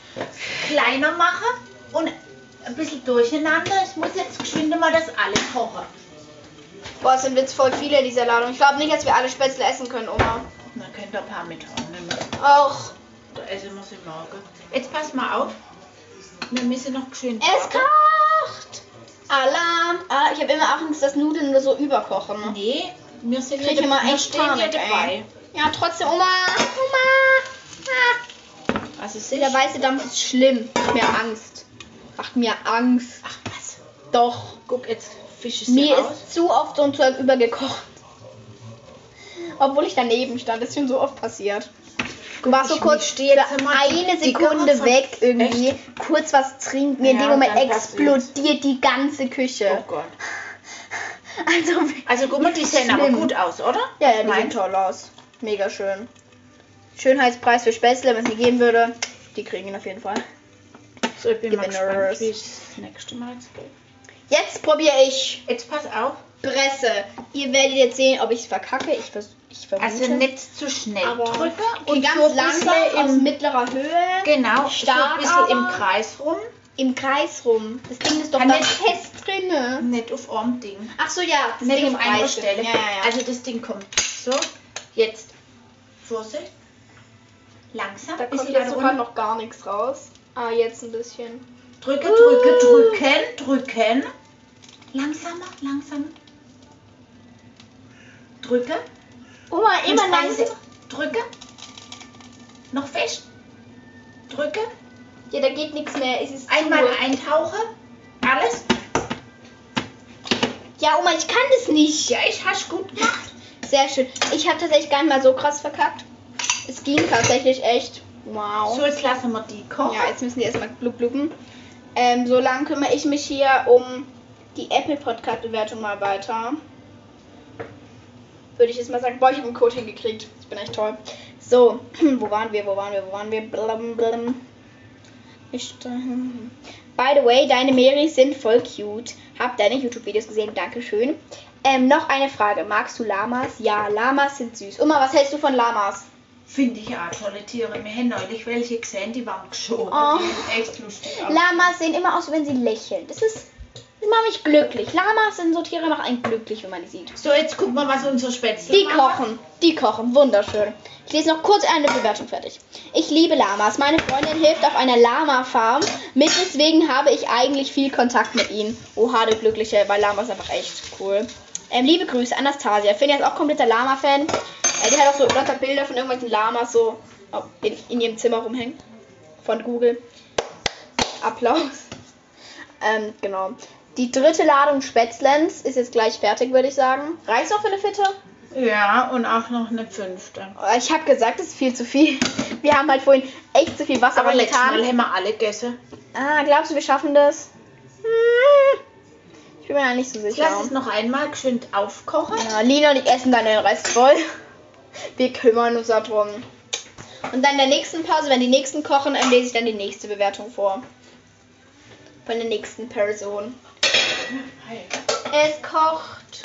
[SPEAKER 2] Kleiner machen und ein bisschen durcheinander. Ich muss jetzt geschwind mal das alles kochen.
[SPEAKER 1] Boah, es sind jetzt voll viele in dieser Ladung. Ich glaube nicht, dass wir alle Spätzle essen können, Oma.
[SPEAKER 2] Man könnte ein paar mithauen. ne?
[SPEAKER 1] Och.
[SPEAKER 2] Da essen wir sie morgen. Jetzt pass mal auf. Wir müssen noch geschwind
[SPEAKER 1] Es
[SPEAKER 2] warten.
[SPEAKER 1] kocht! Alarm! Ah, ich habe immer Angst, dass Nudeln oder so überkochen.
[SPEAKER 2] Nee, wir sind
[SPEAKER 1] Krieg
[SPEAKER 2] ja
[SPEAKER 1] immer
[SPEAKER 2] wir
[SPEAKER 1] echt
[SPEAKER 2] stehen ja
[SPEAKER 1] Panik, ey.
[SPEAKER 2] dabei.
[SPEAKER 1] Ja, trotzdem, Oma! Oma! Ah.
[SPEAKER 2] Also es
[SPEAKER 1] Der
[SPEAKER 2] ist...
[SPEAKER 1] weiße Dampf ist schlimm. Macht mir Angst. Macht mir Angst.
[SPEAKER 2] Ach was.
[SPEAKER 1] Doch.
[SPEAKER 2] Guck, jetzt fisch ich sie
[SPEAKER 1] Mir
[SPEAKER 2] raus.
[SPEAKER 1] ist zu oft so ein Zeug übergekocht. Obwohl ich daneben stand. Das ist schon so oft passiert. Du warst so
[SPEAKER 2] ich
[SPEAKER 1] kurz
[SPEAKER 2] stehe jetzt
[SPEAKER 1] für
[SPEAKER 2] immer die-
[SPEAKER 1] eine
[SPEAKER 2] die
[SPEAKER 1] Sekunde
[SPEAKER 2] Körper-
[SPEAKER 1] weg irgendwie. Kurz was trinken. In
[SPEAKER 2] Ja,
[SPEAKER 1] dem Moment
[SPEAKER 2] dann passiert's.
[SPEAKER 1] explodiert die ganze Küche.
[SPEAKER 2] Oh Gott.
[SPEAKER 1] Also,
[SPEAKER 2] Also guck mal, die sehen aber
[SPEAKER 1] Schlimm.
[SPEAKER 2] gut aus, oder?
[SPEAKER 1] ja, ja, die sehen
[SPEAKER 2] Nein.
[SPEAKER 1] toll aus. Mega schön. Schönheitspreis für Spätzle, wenn es die geben würde. Die kriegen ihn auf jeden Fall.
[SPEAKER 2] So, ich bin mal
[SPEAKER 1] Gewinners.
[SPEAKER 2] gespannt, wie es das nächste Mal jetzt geht.
[SPEAKER 1] Jetzt probiere ich
[SPEAKER 2] Jetzt pass auf.
[SPEAKER 1] Presse. Ihr werdet jetzt sehen, ob ich es verkacke. Ich, vers ich vermute.
[SPEAKER 2] Also nicht zu schnell
[SPEAKER 1] aber
[SPEAKER 2] drücken
[SPEAKER 1] und
[SPEAKER 2] und
[SPEAKER 1] ganz
[SPEAKER 2] so ein
[SPEAKER 1] langsam aus
[SPEAKER 2] bisschen im,
[SPEAKER 1] mittlerer Höhe.
[SPEAKER 2] genau, so
[SPEAKER 1] Stark
[SPEAKER 2] ein bisschen im
[SPEAKER 1] aber.
[SPEAKER 2] Kreis rum.
[SPEAKER 1] Im Kreis rum. Das Ding ist doch
[SPEAKER 2] Kann
[SPEAKER 1] da
[SPEAKER 2] ich-
[SPEAKER 1] fest drinne.
[SPEAKER 2] Nicht auf einem Ding.
[SPEAKER 1] Ach so, ja. Das
[SPEAKER 2] Nicht
[SPEAKER 1] Ding
[SPEAKER 2] auf
[SPEAKER 1] ist
[SPEAKER 2] einer
[SPEAKER 1] breit
[SPEAKER 2] um Stelle.
[SPEAKER 1] drin. Ja, ja, ja.
[SPEAKER 2] Also das Ding kommt. So, jetzt. Vorsicht. Langsam.
[SPEAKER 1] da
[SPEAKER 2] bis
[SPEAKER 1] kommt
[SPEAKER 2] sie
[SPEAKER 1] jetzt
[SPEAKER 2] da
[SPEAKER 1] sogar
[SPEAKER 2] runter-
[SPEAKER 1] noch gar nichts raus. Ah, jetzt ein bisschen.
[SPEAKER 2] Drücke, drücke,
[SPEAKER 1] Uh.
[SPEAKER 2] drücken, drücken. Langsamer, langsamer. Drücke.
[SPEAKER 1] Oma, immer
[SPEAKER 2] Und eins-
[SPEAKER 1] langsam.
[SPEAKER 2] Drücke. Noch fest. Drücke.
[SPEAKER 1] Ja, da geht nichts mehr. Es ist
[SPEAKER 2] Einmal
[SPEAKER 1] zu.
[SPEAKER 2] eintauche. Alles.
[SPEAKER 1] Ja, Oma, ich kann das nicht.
[SPEAKER 2] Ja, ich hasch gut gemacht.
[SPEAKER 1] Sehr schön. Ich habe tatsächlich gar nicht mal so krass verkackt. Es ging tatsächlich echt. Wow.
[SPEAKER 2] So, jetzt lassen wir die kochen.
[SPEAKER 1] Ja, jetzt müssen die erstmal blub blubben. Ähm, so lang kümmere ich mich hier um die Apple Podcast Bewertung mal weiter. Würde ich jetzt mal sagen. Boah, ich habe einen Code hingekriegt. Ich bin echt toll. So, wo waren wir, wo waren wir, wo waren wir? Blam, blam. Ich, ähm, by the way, deine Marys sind voll cute. Hab deine YouTube-Videos gesehen, Dankeschön. Ähm, noch eine Frage. Magst du Lamas? Ja, Lamas sind süß. Oma, was hältst du von Lamas?
[SPEAKER 2] Finde ich auch tolle Tiere. Wir haben neulich welche gesehen, die waren geschoben.
[SPEAKER 1] Oh.
[SPEAKER 2] Die sehen echt lustig aus.
[SPEAKER 1] Lamas sehen immer aus, wenn sie lächeln. Das ist. Das macht mich glücklich. Lamas sind so Tiere, machen einen glücklich, wenn man die sieht.
[SPEAKER 2] So, jetzt gucken wir, was unser Spätzle
[SPEAKER 1] Die
[SPEAKER 2] macht.
[SPEAKER 1] kochen, die kochen, wunderschön. Ich lese noch kurz eine Bewertung fertig. Ich liebe Lamas. Meine Freundin hilft auf einer Lama-Farm. Mit deswegen habe ich eigentlich viel Kontakt mit ihnen. Oha, du Glückliche, weil Lamas sind einfach echt cool. Ähm, liebe Grüße, Anastasia. Finde jetzt auch kompletter Lama-Fan. Äh, die hat auch so lauter Bilder von irgendwelchen Lamas so auf- in, in ihrem Zimmer rumhängen. Von Google. Applaus. Ähm, genau. Die dritte Ladung Spätzlens ist jetzt gleich fertig, würde ich sagen. Reicht noch für eine vierte?
[SPEAKER 2] Ja, und auch noch eine fünfte.
[SPEAKER 1] Ich habe gesagt, es ist viel zu viel. Wir haben halt vorhin echt zu viel Wasser
[SPEAKER 2] Aber letztes Mal
[SPEAKER 1] reingetan.
[SPEAKER 2] haben wir alle gegessen.
[SPEAKER 1] Ah, glaubst du, wir schaffen das? Hm, Ich bin mir da nicht so
[SPEAKER 2] Ich lasse
[SPEAKER 1] sicher.
[SPEAKER 2] es noch einmal schön aufkochen.
[SPEAKER 1] Ja, Lina und ich essen dann den Rest voll. Wir kümmern uns darum. Und dann in der nächsten Pause, wenn die nächsten kochen, ähm, lese ich dann die nächste Bewertung vor. Von der nächsten Person. Es kocht.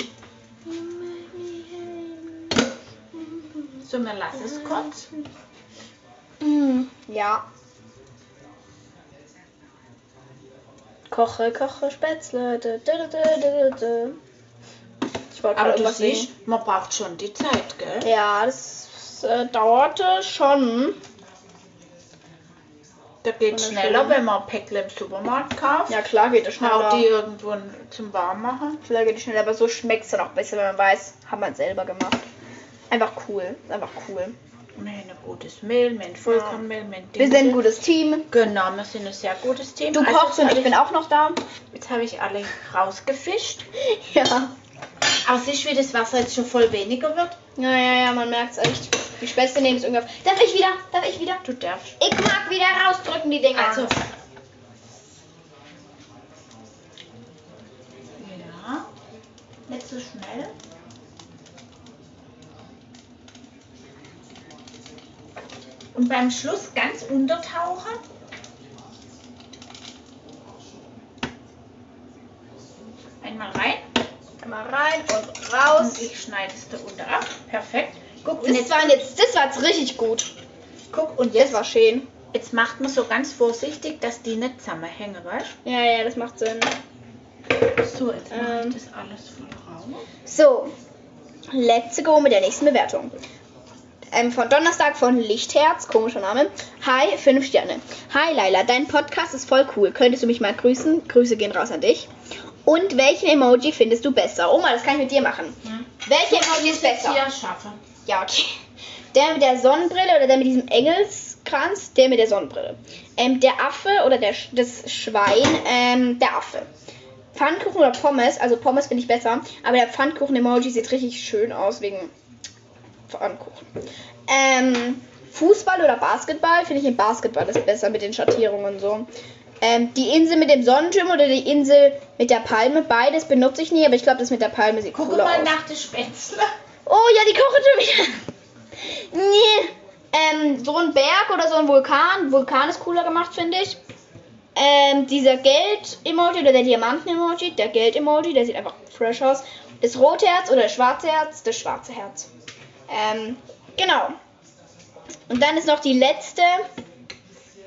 [SPEAKER 2] So, wir lassen
[SPEAKER 1] Mhm.
[SPEAKER 2] es kurz.
[SPEAKER 1] Mm, Ja. Koche, koche, Spätzle. dü, dü, dü, dü, dü, dü. Ich wollte gerade
[SPEAKER 2] Aber du
[SPEAKER 1] irgendwas
[SPEAKER 2] siehst,
[SPEAKER 1] singen.
[SPEAKER 2] man braucht schon die Zeit, gell?
[SPEAKER 1] Ja, das äh, dauerte schon.
[SPEAKER 2] Da geht
[SPEAKER 1] Wunderschön.
[SPEAKER 2] schneller, wenn man ein Päckle im Supermarkt kauft.
[SPEAKER 1] Ja, klar geht es schneller.
[SPEAKER 2] Auch die irgendwo zum Warmmachen.
[SPEAKER 1] Klar geht es schneller, aber so schmeckt es dann auch besser, wenn man weiß, haben wir es selber gemacht. Einfach cool. Einfach cool.
[SPEAKER 2] Wir haben ein gutes Mehl, wir haben Vollkornmehl, wir haben
[SPEAKER 1] Wir sind ein gutes Team.
[SPEAKER 2] Genau, wir sind ein sehr gutes Team.
[SPEAKER 1] Du
[SPEAKER 2] Also
[SPEAKER 1] kochst und
[SPEAKER 2] jetzt
[SPEAKER 1] ich bin auch noch da.
[SPEAKER 2] hab ich- Jetzt habe ich alle rausgefischt.
[SPEAKER 1] Ja.
[SPEAKER 2] Aber siehst du, wie das Wasser jetzt schon voll weniger wird?
[SPEAKER 1] Ja, ja, ja, man merkt es echt. Die Spätzle nehmen es irgendwie auf. Darf ich wieder? Darf ich wieder?
[SPEAKER 2] Du darfst.
[SPEAKER 1] Ich mag wieder rausdrücken, die Dinger.
[SPEAKER 2] Also. Ja. Nicht so schnell. Und beim Schluss ganz untertauchen. Einmal rein.
[SPEAKER 1] Mal rein und
[SPEAKER 2] Und
[SPEAKER 1] raus.
[SPEAKER 2] ich schneide es da unter ab. Perfekt. Guck, und
[SPEAKER 1] Das
[SPEAKER 2] jetzt,
[SPEAKER 1] waren jetzt, das war's richtig gut.
[SPEAKER 2] guck, und
[SPEAKER 1] Das
[SPEAKER 2] jetzt,
[SPEAKER 1] war schön.
[SPEAKER 2] jetzt macht man so ganz vorsichtig, dass die nicht zusammenhängen, weißt
[SPEAKER 1] Ja, ja, das macht Sinn.
[SPEAKER 2] du? So, jetzt mache
[SPEAKER 1] Ähm.
[SPEAKER 2] ich das alles voll raus.
[SPEAKER 1] So, let's go mit der nächsten Bewertung. Ähm, von Donnerstag von Lichtherz, komischer Name. Hi, 5 Sterne. Hi Laila, dein Podcast ist voll cool. Könntest du mich mal grüßen? Grüße gehen raus an dich. Und welchen Emoji findest du besser? Oma, das kann ich mit dir machen. Welche Emoji Genau, ist besser?
[SPEAKER 2] Ja, schaffe.
[SPEAKER 1] Ja, okay. Der mit der Sonnenbrille oder der mit diesem Engelskranz? Der mit der Sonnenbrille. Ähm, der Affe oder der, Sch- das Schwein? Ähm, der Affe. Pfannkuchen oder Pommes? Also Pommes finde ich besser. Aber der Pfannkuchen-Emoji sieht richtig schön aus wegen Pfannkuchen. Ähm, Fußball oder Basketball? Finde ich im Basketball ist besser mit den Schattierungen und so. Ähm, die Insel mit dem Sonnenschirm oder die Insel mit der Palme? Beides benutze ich nie, aber ich glaube, das mit der Palme sieht
[SPEAKER 2] Guck
[SPEAKER 1] cooler
[SPEAKER 2] mal
[SPEAKER 1] aus.
[SPEAKER 2] nach den Spätzle.
[SPEAKER 1] Oh ja, die kochen schon wieder. Nee. Ähm, so ein Berg oder so ein Vulkan. Vulkan ist cooler gemacht, finde ich. Ähm, dieser Geld-Emoji oder der Diamanten-Emoji, der Geld-Emoji, der sieht einfach fresh aus. Das rote Herz oder das schwarze Herz, das schwarze Herz. Ähm, genau. Und dann ist noch die letzte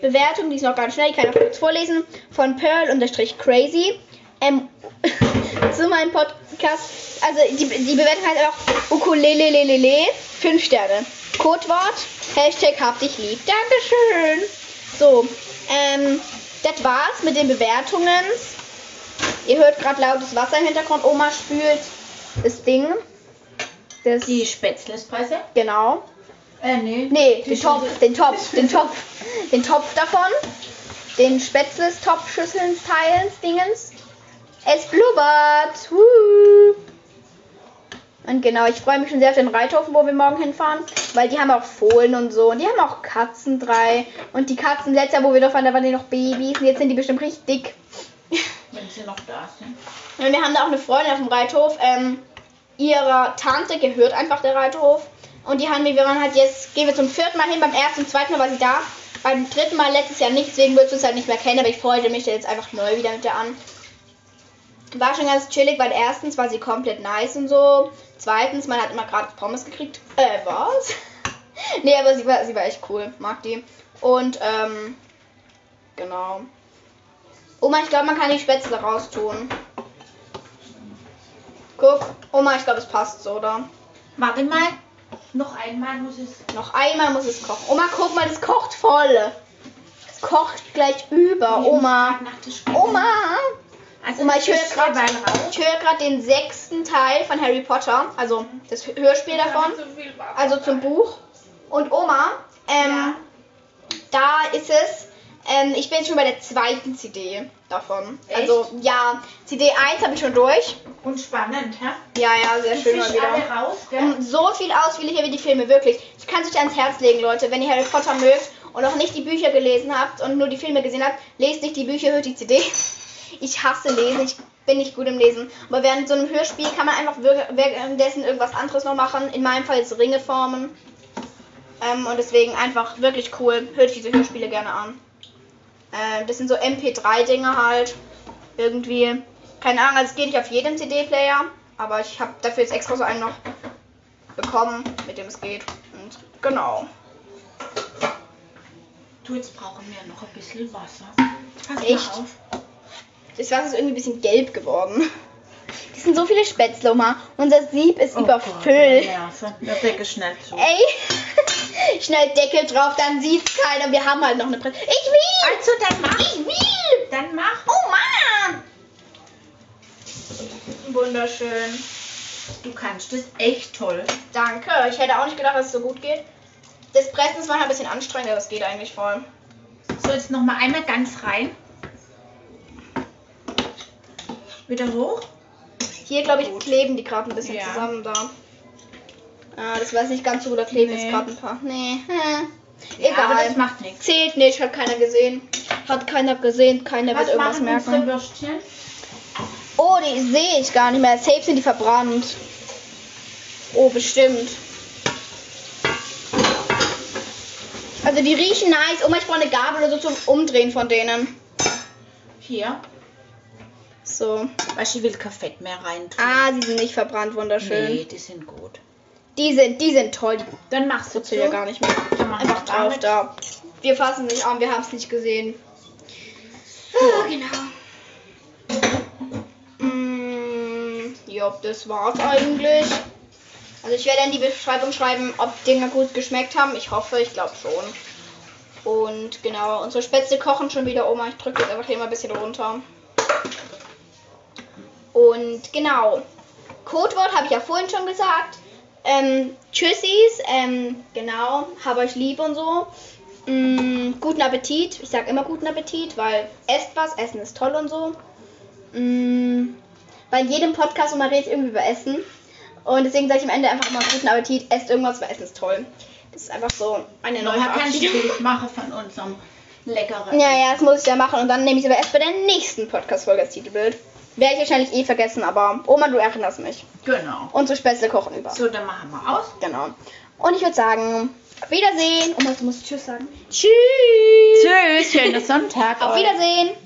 [SPEAKER 1] Bewertung, die ist noch ganz schnell, ich kann auch kurz vorlesen, von Pearl-Crazy ähm, zu meinem Podcast. Also die, die Bewertung heißt einfach Ukulelelelele, 5 Sterne. Codewort, Hashtag hab dich lieb. Dankeschön. So, ähm, das war's mit den Bewertungen. Ihr hört gerade lautes Wasser im Hintergrund. Oma spült das Ding. Das,
[SPEAKER 2] Die Spätzlespresse?
[SPEAKER 1] genau.
[SPEAKER 2] Äh, nee.
[SPEAKER 1] Nee,
[SPEAKER 2] Die
[SPEAKER 1] den Topf, den Topf, den Topf, den Topf davon. Den Spätzles, Topf, Schüsselns, Teilens, Dingens. Es blubbert. Wuhu. Und genau, ich freue mich schon sehr auf den Reithofen, wo wir morgen hinfahren, weil die haben auch Fohlen und so. Und die haben auch Katzen, drei. Und die Katzen, letztes Jahr, wo wir da waren, da waren die noch Babys. Und jetzt sind die bestimmt richtig dick.
[SPEAKER 2] Wenn sie noch da
[SPEAKER 4] ne?
[SPEAKER 2] sind.
[SPEAKER 1] Und wir haben da auch eine Freundin auf dem Reithof. Ähm, ihrer Tante gehört einfach der Reithof. Und die haben wir waren halt jetzt, gehen wir zum vierten Mal hin. Beim ersten und zweiten Mal war sie da. Beim dritten Mal letztes Jahr nicht, deswegen würdest du es halt nicht mehr kennen. Aber ich freute mich da jetzt einfach neu wieder mit der an. War schon ganz chillig, weil erstens war sie komplett nice und so. Zweitens, man hat immer gratis Pommes gekriegt. Äh, was? nee, aber sie war, sie war echt cool. Mag die. Und, ähm, genau. Oma, ich glaube, man kann die Spätzle raustun. Guck, Oma, ich glaube, es passt so, oder?
[SPEAKER 2] Warte mal.
[SPEAKER 4] Noch einmal muss es.
[SPEAKER 1] Noch einmal muss es kochen. Oma, guck mal, das kocht voll. Es kocht gleich über, Oh, Oma.
[SPEAKER 4] Nach der Schule.
[SPEAKER 1] Oma!
[SPEAKER 4] Also
[SPEAKER 1] Oma, ich höre
[SPEAKER 4] das
[SPEAKER 1] gerade
[SPEAKER 4] Schreibwein raus.
[SPEAKER 1] ich höre gerade den sechsten Teil von Harry Potter, also das Hörspiel davon,
[SPEAKER 4] So viel war-
[SPEAKER 1] also zum Buch. Und Oma, ähm, da ist es. Ähm, ich bin jetzt schon bei der zweiten CD davon. Also, ja, CD 1 habe ich schon durch.
[SPEAKER 4] Und spannend, hä?
[SPEAKER 1] Ja, ja, sehr schön mal
[SPEAKER 4] Fisch
[SPEAKER 1] wieder. Mhm.
[SPEAKER 4] alle raus, gell?
[SPEAKER 1] Und so viel ausführlicher wie die Filme, wirklich. Ich kann es euch ans Herz legen, Leute. Wenn ihr Harry Potter mögt und noch nicht die Bücher gelesen habt und nur die Filme gesehen habt, lest nicht die Bücher, hört die CD. Ich hasse Lesen, ich bin nicht gut im Lesen. Aber während so einem Hörspiel kann man einfach wir- währenddessen irgendwas anderes noch machen. In meinem Fall ist Ringe formen. Ähm, und deswegen einfach wirklich cool. Hört euch diese Hörspiele gerne an. Äh, das sind so MP3-Dinge halt. Irgendwie. Keine Ahnung, also es geht nicht auf jedem CD-Player. Aber ich habe dafür jetzt extra so einen noch bekommen, mit dem es geht. Und genau.
[SPEAKER 4] Du, jetzt brauchen wir noch ein bisschen Wasser. Pass
[SPEAKER 1] Echt?
[SPEAKER 4] Mal auf.
[SPEAKER 1] Das Wasser ist irgendwie ein bisschen gelb geworden. Das sind so viele Spätzle, Oma. Unser Sieb
[SPEAKER 4] Oh
[SPEAKER 1] ist überfüllt.
[SPEAKER 2] Ja, so. Der Decke schnell zu.
[SPEAKER 1] Ey, schnell Deckel drauf, dann sieht's keiner. Wir haben halt noch eine Presse. Ich will!
[SPEAKER 4] Also, dann mach.
[SPEAKER 1] Ich will!
[SPEAKER 4] Dann mach.
[SPEAKER 1] Oh Mann! Wunderschön.
[SPEAKER 4] Du kannst das echt toll.
[SPEAKER 1] Danke. Ich hätte auch nicht gedacht, dass es so gut geht. Das Pressen ist manchmal ein bisschen anstrengend, aber es geht eigentlich voll.
[SPEAKER 4] So, jetzt nochmal einmal ganz rein. Wieder hoch.
[SPEAKER 1] Hier, glaube ich, kleben die gerade ein bisschen
[SPEAKER 4] Ja.
[SPEAKER 1] zusammen da. Ah, das weiß nicht ganz so, da kleben jetzt gerade ein paar. Nee. Hm.
[SPEAKER 4] Ja,
[SPEAKER 1] Egal.
[SPEAKER 4] aber das macht nichts.
[SPEAKER 1] Zählt nicht, hat keiner gesehen. Hat keiner gesehen, keiner
[SPEAKER 4] Was
[SPEAKER 1] wird irgendwas
[SPEAKER 4] machen unsere
[SPEAKER 1] merken.
[SPEAKER 4] Würstchen?
[SPEAKER 1] Oh, die sehe ich gar nicht mehr. Safe sind die verbrannt. Oh, bestimmt. Also die riechen nice. Oh, ich brauche eine Gabel oder so zum Umdrehen von denen.
[SPEAKER 2] Hier.
[SPEAKER 1] So.
[SPEAKER 2] Weißt du, ich will kein Fett mehr rein tun.
[SPEAKER 1] Ah, sie sind nicht verbrannt, wunderschön.
[SPEAKER 2] Nee, die sind gut.
[SPEAKER 1] Die sind, die sind toll. Die
[SPEAKER 4] Dann machst du
[SPEAKER 1] zählt ja gar nicht mehr.
[SPEAKER 4] Dann machen wir
[SPEAKER 1] Einfach drauf
[SPEAKER 4] damit.
[SPEAKER 1] da. Wir fassen nicht an, wir haben es nicht gesehen. Ah, genau. Mm, ja, das war's eigentlich. Also ich werde in die Beschreibung schreiben, ob Dinger gut geschmeckt haben. Ich hoffe, ich glaube schon. Und genau, unsere Spätzle kochen schon wieder. Oma, ich drücke jetzt einfach hier mal ein bisschen runter. Und genau. Codewort habe ich ja vorhin schon gesagt. Ähm, tschüssis, ähm, genau, hab euch lieb und so. Mm, guten Appetit. Ich sag immer guten Appetit, weil esst was, Essen ist toll und so. Mm, bei jedem Podcast immer rede ich irgendwie über Essen. Und deswegen sage ich am Ende einfach immer guten Appetit, esst irgendwas, weil Essen ist toll. Das ist einfach so eine neue
[SPEAKER 2] Neuer kann ich ein
[SPEAKER 1] Verabschiedung.
[SPEAKER 2] Bild machen von unserem leckeren.
[SPEAKER 1] Ja, ja, das muss ich ja machen und dann nehme ich es aber erst bei der nächsten Podcast-Folge als Titelbild. Werde ich wahrscheinlich eh vergessen, aber Oma, du erinnerst mich.
[SPEAKER 2] Genau.
[SPEAKER 1] Unsere Spätzle kochen über.
[SPEAKER 2] So, dann machen wir aus.
[SPEAKER 1] Genau. Und ich würde sagen, auf Wiedersehen. Oma, du musst Tschüss sagen. Tschüss.
[SPEAKER 2] Tschüss, schönen Sonntag.
[SPEAKER 1] Auf
[SPEAKER 2] euch.
[SPEAKER 1] Wiedersehen.